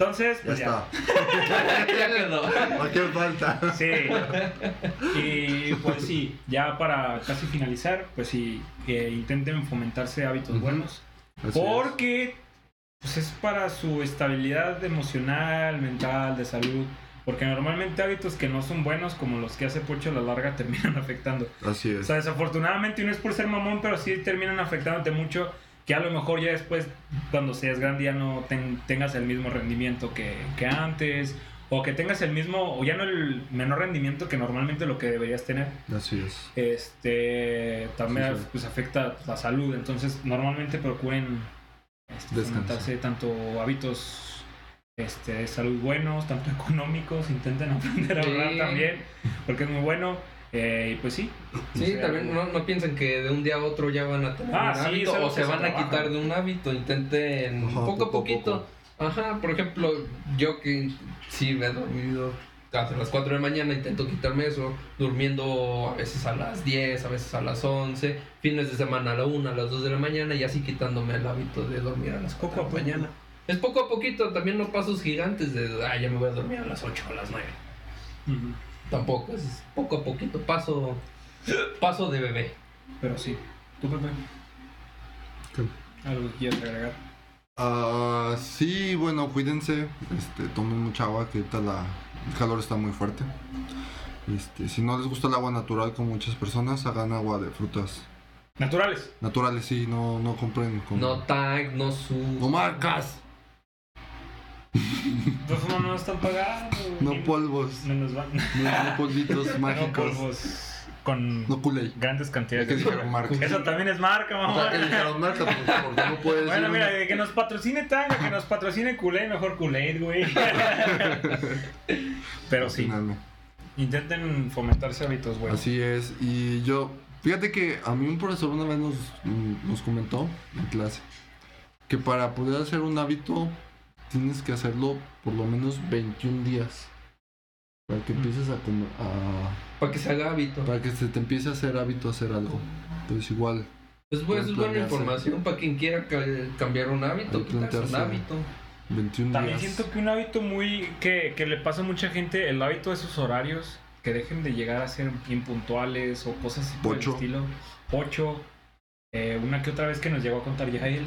Speaker 2: Entonces,
Speaker 3: Ya
Speaker 2: pues ya.
Speaker 3: está.
Speaker 1: [laughs] [laughs] ya quedó.
Speaker 3: ¿A qué falta?
Speaker 2: Sí. Y pues sí, ya para casi finalizar, pues sí, que intenten fomentarse hábitos
Speaker 3: Ujú.
Speaker 2: buenos.
Speaker 3: Así es.
Speaker 2: Porque pues es para su estabilidad emocional, mental, de salud. Porque normalmente hábitos que no son buenos, como los que hace Pocho a la larga, [laughs] terminan afectando.
Speaker 3: Así
Speaker 2: O
Speaker 3: es.
Speaker 2: sea, desafortunadamente, y no es por ser mamón, pero sí terminan afectándote mucho. Que a lo mejor ya después, cuando seas grande, ya no ten- tengas el mismo rendimiento que, que antes. O que tengas el mismo, o ya no el menor rendimiento que normalmente lo que deberías tener.
Speaker 3: Así es.
Speaker 2: Este también
Speaker 3: Sí, sí.
Speaker 2: pues afecta la salud. Entonces, normalmente procuren este,
Speaker 3: Descanso.
Speaker 2: fomentarse tanto hábitos este, de salud buenos, tanto [laughs] económicos. Intenten aprender a
Speaker 1: Sí.
Speaker 2: ahorrar también, porque es muy bueno. Eh, y pues sí,
Speaker 1: Sí,
Speaker 2: O sea,
Speaker 1: también no, no piensen que de un día a otro ya van a tener
Speaker 2: Ah,
Speaker 1: un
Speaker 2: sí,
Speaker 1: hábito
Speaker 2: es algo
Speaker 1: o
Speaker 2: que
Speaker 1: se
Speaker 2: se
Speaker 1: van
Speaker 2: trabaja.
Speaker 1: a quitar de un hábito. Intenten
Speaker 3: Ajá,
Speaker 1: poco a
Speaker 3: poco a
Speaker 1: poquito. Ajá, por ejemplo, yo que sí me he dormido hasta las 4 de la mañana, intento quitarme eso, durmiendo a veces a las 10, a veces a las 11, fines de semana a la 1, a las 2 de la mañana y así quitándome el hábito de dormir a las 4
Speaker 2: Poco
Speaker 1: de
Speaker 2: a
Speaker 1: la
Speaker 2: poco.
Speaker 1: mañana. Es poco a poquito, también no pasos gigantes de, ah, ya me voy a dormir a las 8 o a las 9. Tampoco, es poco a poquito, paso, paso de bebé.
Speaker 2: pero sí. ¿Tú, Pepe?
Speaker 3: ¿Qué?
Speaker 2: ¿Algo que quieras agregar?
Speaker 3: Ah, sí, bueno, cuídense. Este, tomen mucha agua, que ahorita la, el calor está muy fuerte. Este, si no les gusta el agua natural como muchas personas, hagan agua de frutas
Speaker 2: Naturales.
Speaker 3: naturales, sí, no, no compren con...
Speaker 1: No tag, no sub.
Speaker 3: ¡No marcas!
Speaker 2: Entonces no nos están pagando.
Speaker 3: No
Speaker 2: ni-
Speaker 3: polvos.
Speaker 2: No nos van. [laughs]
Speaker 3: No, no polvitos
Speaker 2: No
Speaker 3: mágicos.
Speaker 2: polvos. Con
Speaker 3: No culé.
Speaker 2: grandes cantidades
Speaker 3: Es que
Speaker 2: de
Speaker 3: dijeron marca.
Speaker 2: Eso también es marca,
Speaker 3: O
Speaker 2: mamá.
Speaker 3: sea, que dijeron marca, pues, porque no puedes
Speaker 2: Bueno,
Speaker 3: ir
Speaker 2: mira, de que nos patrocine Tanga, que nos patrocine Kool-Aid, mejor Kool-Aid,
Speaker 3: [laughs]
Speaker 2: güey. Pero sí,
Speaker 3: Finalmente.
Speaker 2: intenten fomentarse hábitos, güey.
Speaker 3: Así es, y yo, fíjate que a mí un profesor una vez nos, mm, nos comentó en clase que que para poder hacer un hábito tienes que hacerlo por lo menos 21 días. Para que empieces a, como- a-
Speaker 1: Para que se haga hábito.
Speaker 3: para que se te empiece a hacer hábito hacer algo. Entonces igual,
Speaker 1: Pues bueno, eso es buena
Speaker 3: Plantearse.
Speaker 1: información para quien quiera ca- cambiar un hábito,
Speaker 3: Hay que
Speaker 1: quitarse un
Speaker 3: plantearse.
Speaker 1: hábito.
Speaker 3: 21
Speaker 2: También
Speaker 3: días.
Speaker 2: siento que un hábito muy que, que le pasa a mucha gente, el hábito de sus horarios, que dejen de llegar a ser impuntuales o cosas así por el
Speaker 3: Pocho.
Speaker 2: estilo. Pocho, eh, una que otra vez que nos llegó a contar Yael.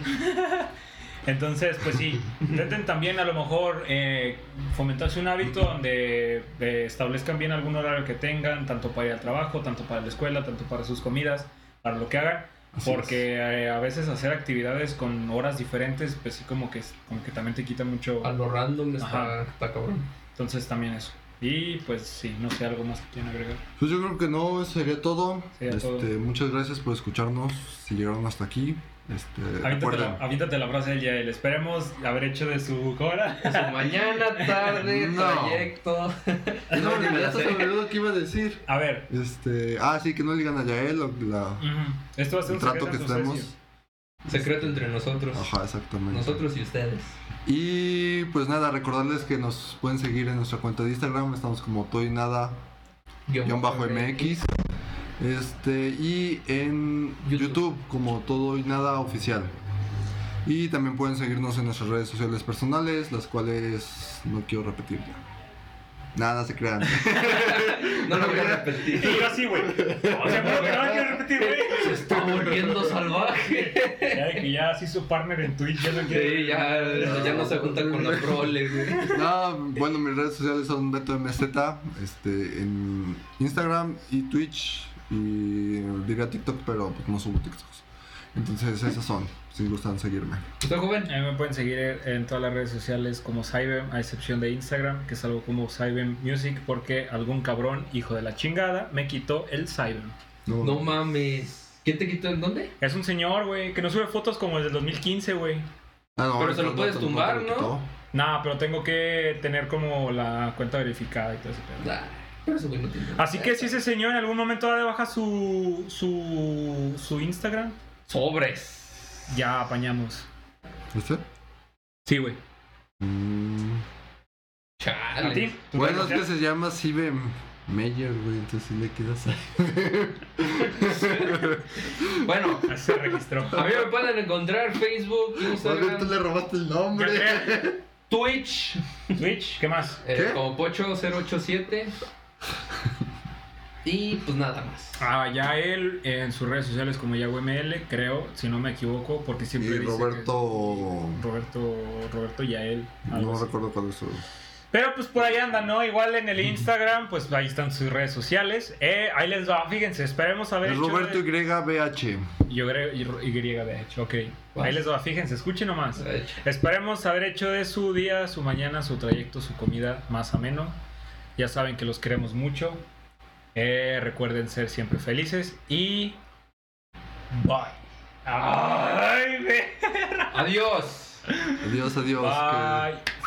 Speaker 2: Entonces, pues sí, intenten también a lo mejor eh, fomentarse un hábito donde eh, establezcan bien algún horario que tengan, tanto para ir al trabajo, tanto para la escuela, tanto para sus comidas, para lo que hagan.
Speaker 3: Así es.
Speaker 2: Porque eh, a veces hacer actividades con horas diferentes, pues sí, como que, como que también te quita mucho.
Speaker 1: A lo random está,
Speaker 2: Ajá.
Speaker 1: está cabrón.
Speaker 2: Entonces también eso. Y pues sí, no sé, algo más que quieran agregar.
Speaker 3: Pues yo creo que no, eso sería todo.
Speaker 2: Sería todo.
Speaker 3: Este, muchas gracias por escucharnos. Si llegaron hasta aquí, este,
Speaker 2: Aviéntate
Speaker 3: recuerden.
Speaker 2: la, aviéntate la frase del Yael. Esperemos haber hecho de su hora. [laughs]
Speaker 1: O sea, Pues, mañana, tarde,
Speaker 3: [laughs] No.
Speaker 1: trayecto.
Speaker 3: No,
Speaker 1: Ni
Speaker 3: ya
Speaker 1: me la
Speaker 3: hasta se
Speaker 1: sé.
Speaker 3: me olvidó lo que iba a decir.
Speaker 2: A ver.
Speaker 3: Este, ah, sí, que no le digan a Yael o la,
Speaker 2: ujú, Esto va a ser
Speaker 3: el
Speaker 2: un
Speaker 3: trato que
Speaker 2: secreto a
Speaker 3: tenemos.
Speaker 2: suceso.
Speaker 1: Secreto entre nosotros.
Speaker 3: Ajá, exactamente.
Speaker 1: Nosotros y ustedes.
Speaker 3: Y pues nada, recordarles que nos pueden seguir en nuestra cuenta de Instagram, estamos como Toy Nada guión bajo MX. Este, y en
Speaker 1: YouTube.
Speaker 3: YouTube. como Todo y Nada Oficial. Y también pueden seguirnos en nuestras redes sociales personales, las cuales no quiero repetir ya. Nada
Speaker 1: [laughs]
Speaker 3: se crean.
Speaker 1: No lo voy a repetir.
Speaker 2: Y yo sí, güey. O sea, pero que no hay que repetir,
Speaker 1: Se
Speaker 2: güey.
Speaker 1: está volviendo
Speaker 3: [laughs]
Speaker 1: salvaje.
Speaker 2: Ya de que ya sí su partner en Twitch ya no quiere.
Speaker 1: Sí, ya, ya no se junta con la prole, güey.
Speaker 3: No, bueno, mis redes sociales son BetoMZ, este, en Instagram y Twitch y diría TikTok, pero pues, no subo TikToks. Entonces esas son, si gustan seguirme.
Speaker 1: ¿Usted joven?
Speaker 2: A mí me pueden seguir en todas las redes sociales como Cybem, a excepción de Instagram, que es algo como Cybem Music, porque algún cabrón, hijo de la chingada, me quitó el Cybem.
Speaker 1: No mames. ¿Quién te quitó en dónde?
Speaker 2: Es un señor, güey, que no sube fotos como desde el 2015, güey.
Speaker 3: Ah, no,
Speaker 1: Pero se lo puedes
Speaker 3: tampoco
Speaker 1: tumbar,
Speaker 3: lo
Speaker 1: ¿no?
Speaker 3: quitó.
Speaker 2: Nah, pero tengo que tener como la cuenta verificada y todo ese pedo.
Speaker 1: Nah, pero ese güey no tiene.
Speaker 2: Así que si ese señor en algún momento da de baja su, su, su Instagram,
Speaker 1: Sobres.
Speaker 2: ya apañamos.
Speaker 3: ¿Viste?
Speaker 2: Sí, güey.
Speaker 3: ¿Este? Mm.
Speaker 2: ¿A
Speaker 1: Chale.
Speaker 2: ti? ¿Tú
Speaker 3: Bueno, es
Speaker 2: te-
Speaker 3: que se llama Sibe Meyer, güey, entonces sí le
Speaker 2: [laughs]
Speaker 3: quedas ahí.
Speaker 1: Bueno,
Speaker 2: Ah, Se registró.
Speaker 1: a mí me pueden encontrar Facebook,
Speaker 3: Más tú
Speaker 1: Instagram,
Speaker 3: le robaste el
Speaker 2: Pues, Ya
Speaker 3: nombre.
Speaker 2: creo.
Speaker 3: [laughs]
Speaker 1: Twitch,
Speaker 2: Twitch, ¿qué más?
Speaker 1: eh,
Speaker 3: ¿Qué?
Speaker 1: como
Speaker 2: [laughs]
Speaker 1: Pocho087. Y pues nada más.
Speaker 2: Ah, ya él en sus redes sociales como YagoML, creo, si no me equivoco, porque siempre
Speaker 3: Y
Speaker 2: dice que-
Speaker 3: Roberto...
Speaker 2: Roberto, Roberto Yael. algo
Speaker 3: No
Speaker 2: así.
Speaker 3: recuerdo cuál es su...
Speaker 2: Pero pues por ahí andan, ¿no? Igual en el Instagram, pues ahí están sus redes sociales. Eh, ahí les va, fíjense, esperemos a ver.
Speaker 3: Es Roberto
Speaker 2: Y.
Speaker 3: YBH.
Speaker 2: Yo creo, y, y de hecho, ok.
Speaker 1: Vas.
Speaker 2: Ahí les va, fíjense, escuchen nomás.
Speaker 1: De hecho.
Speaker 2: Esperemos haber hecho de su día, su mañana, su trayecto, su comida más ameno. Ya saben que los queremos mucho. Eh, recuerden ser siempre felices y. Bye. Ay, güey.
Speaker 1: Adiós.
Speaker 3: Adiós, adiós. que-
Speaker 2: Bye.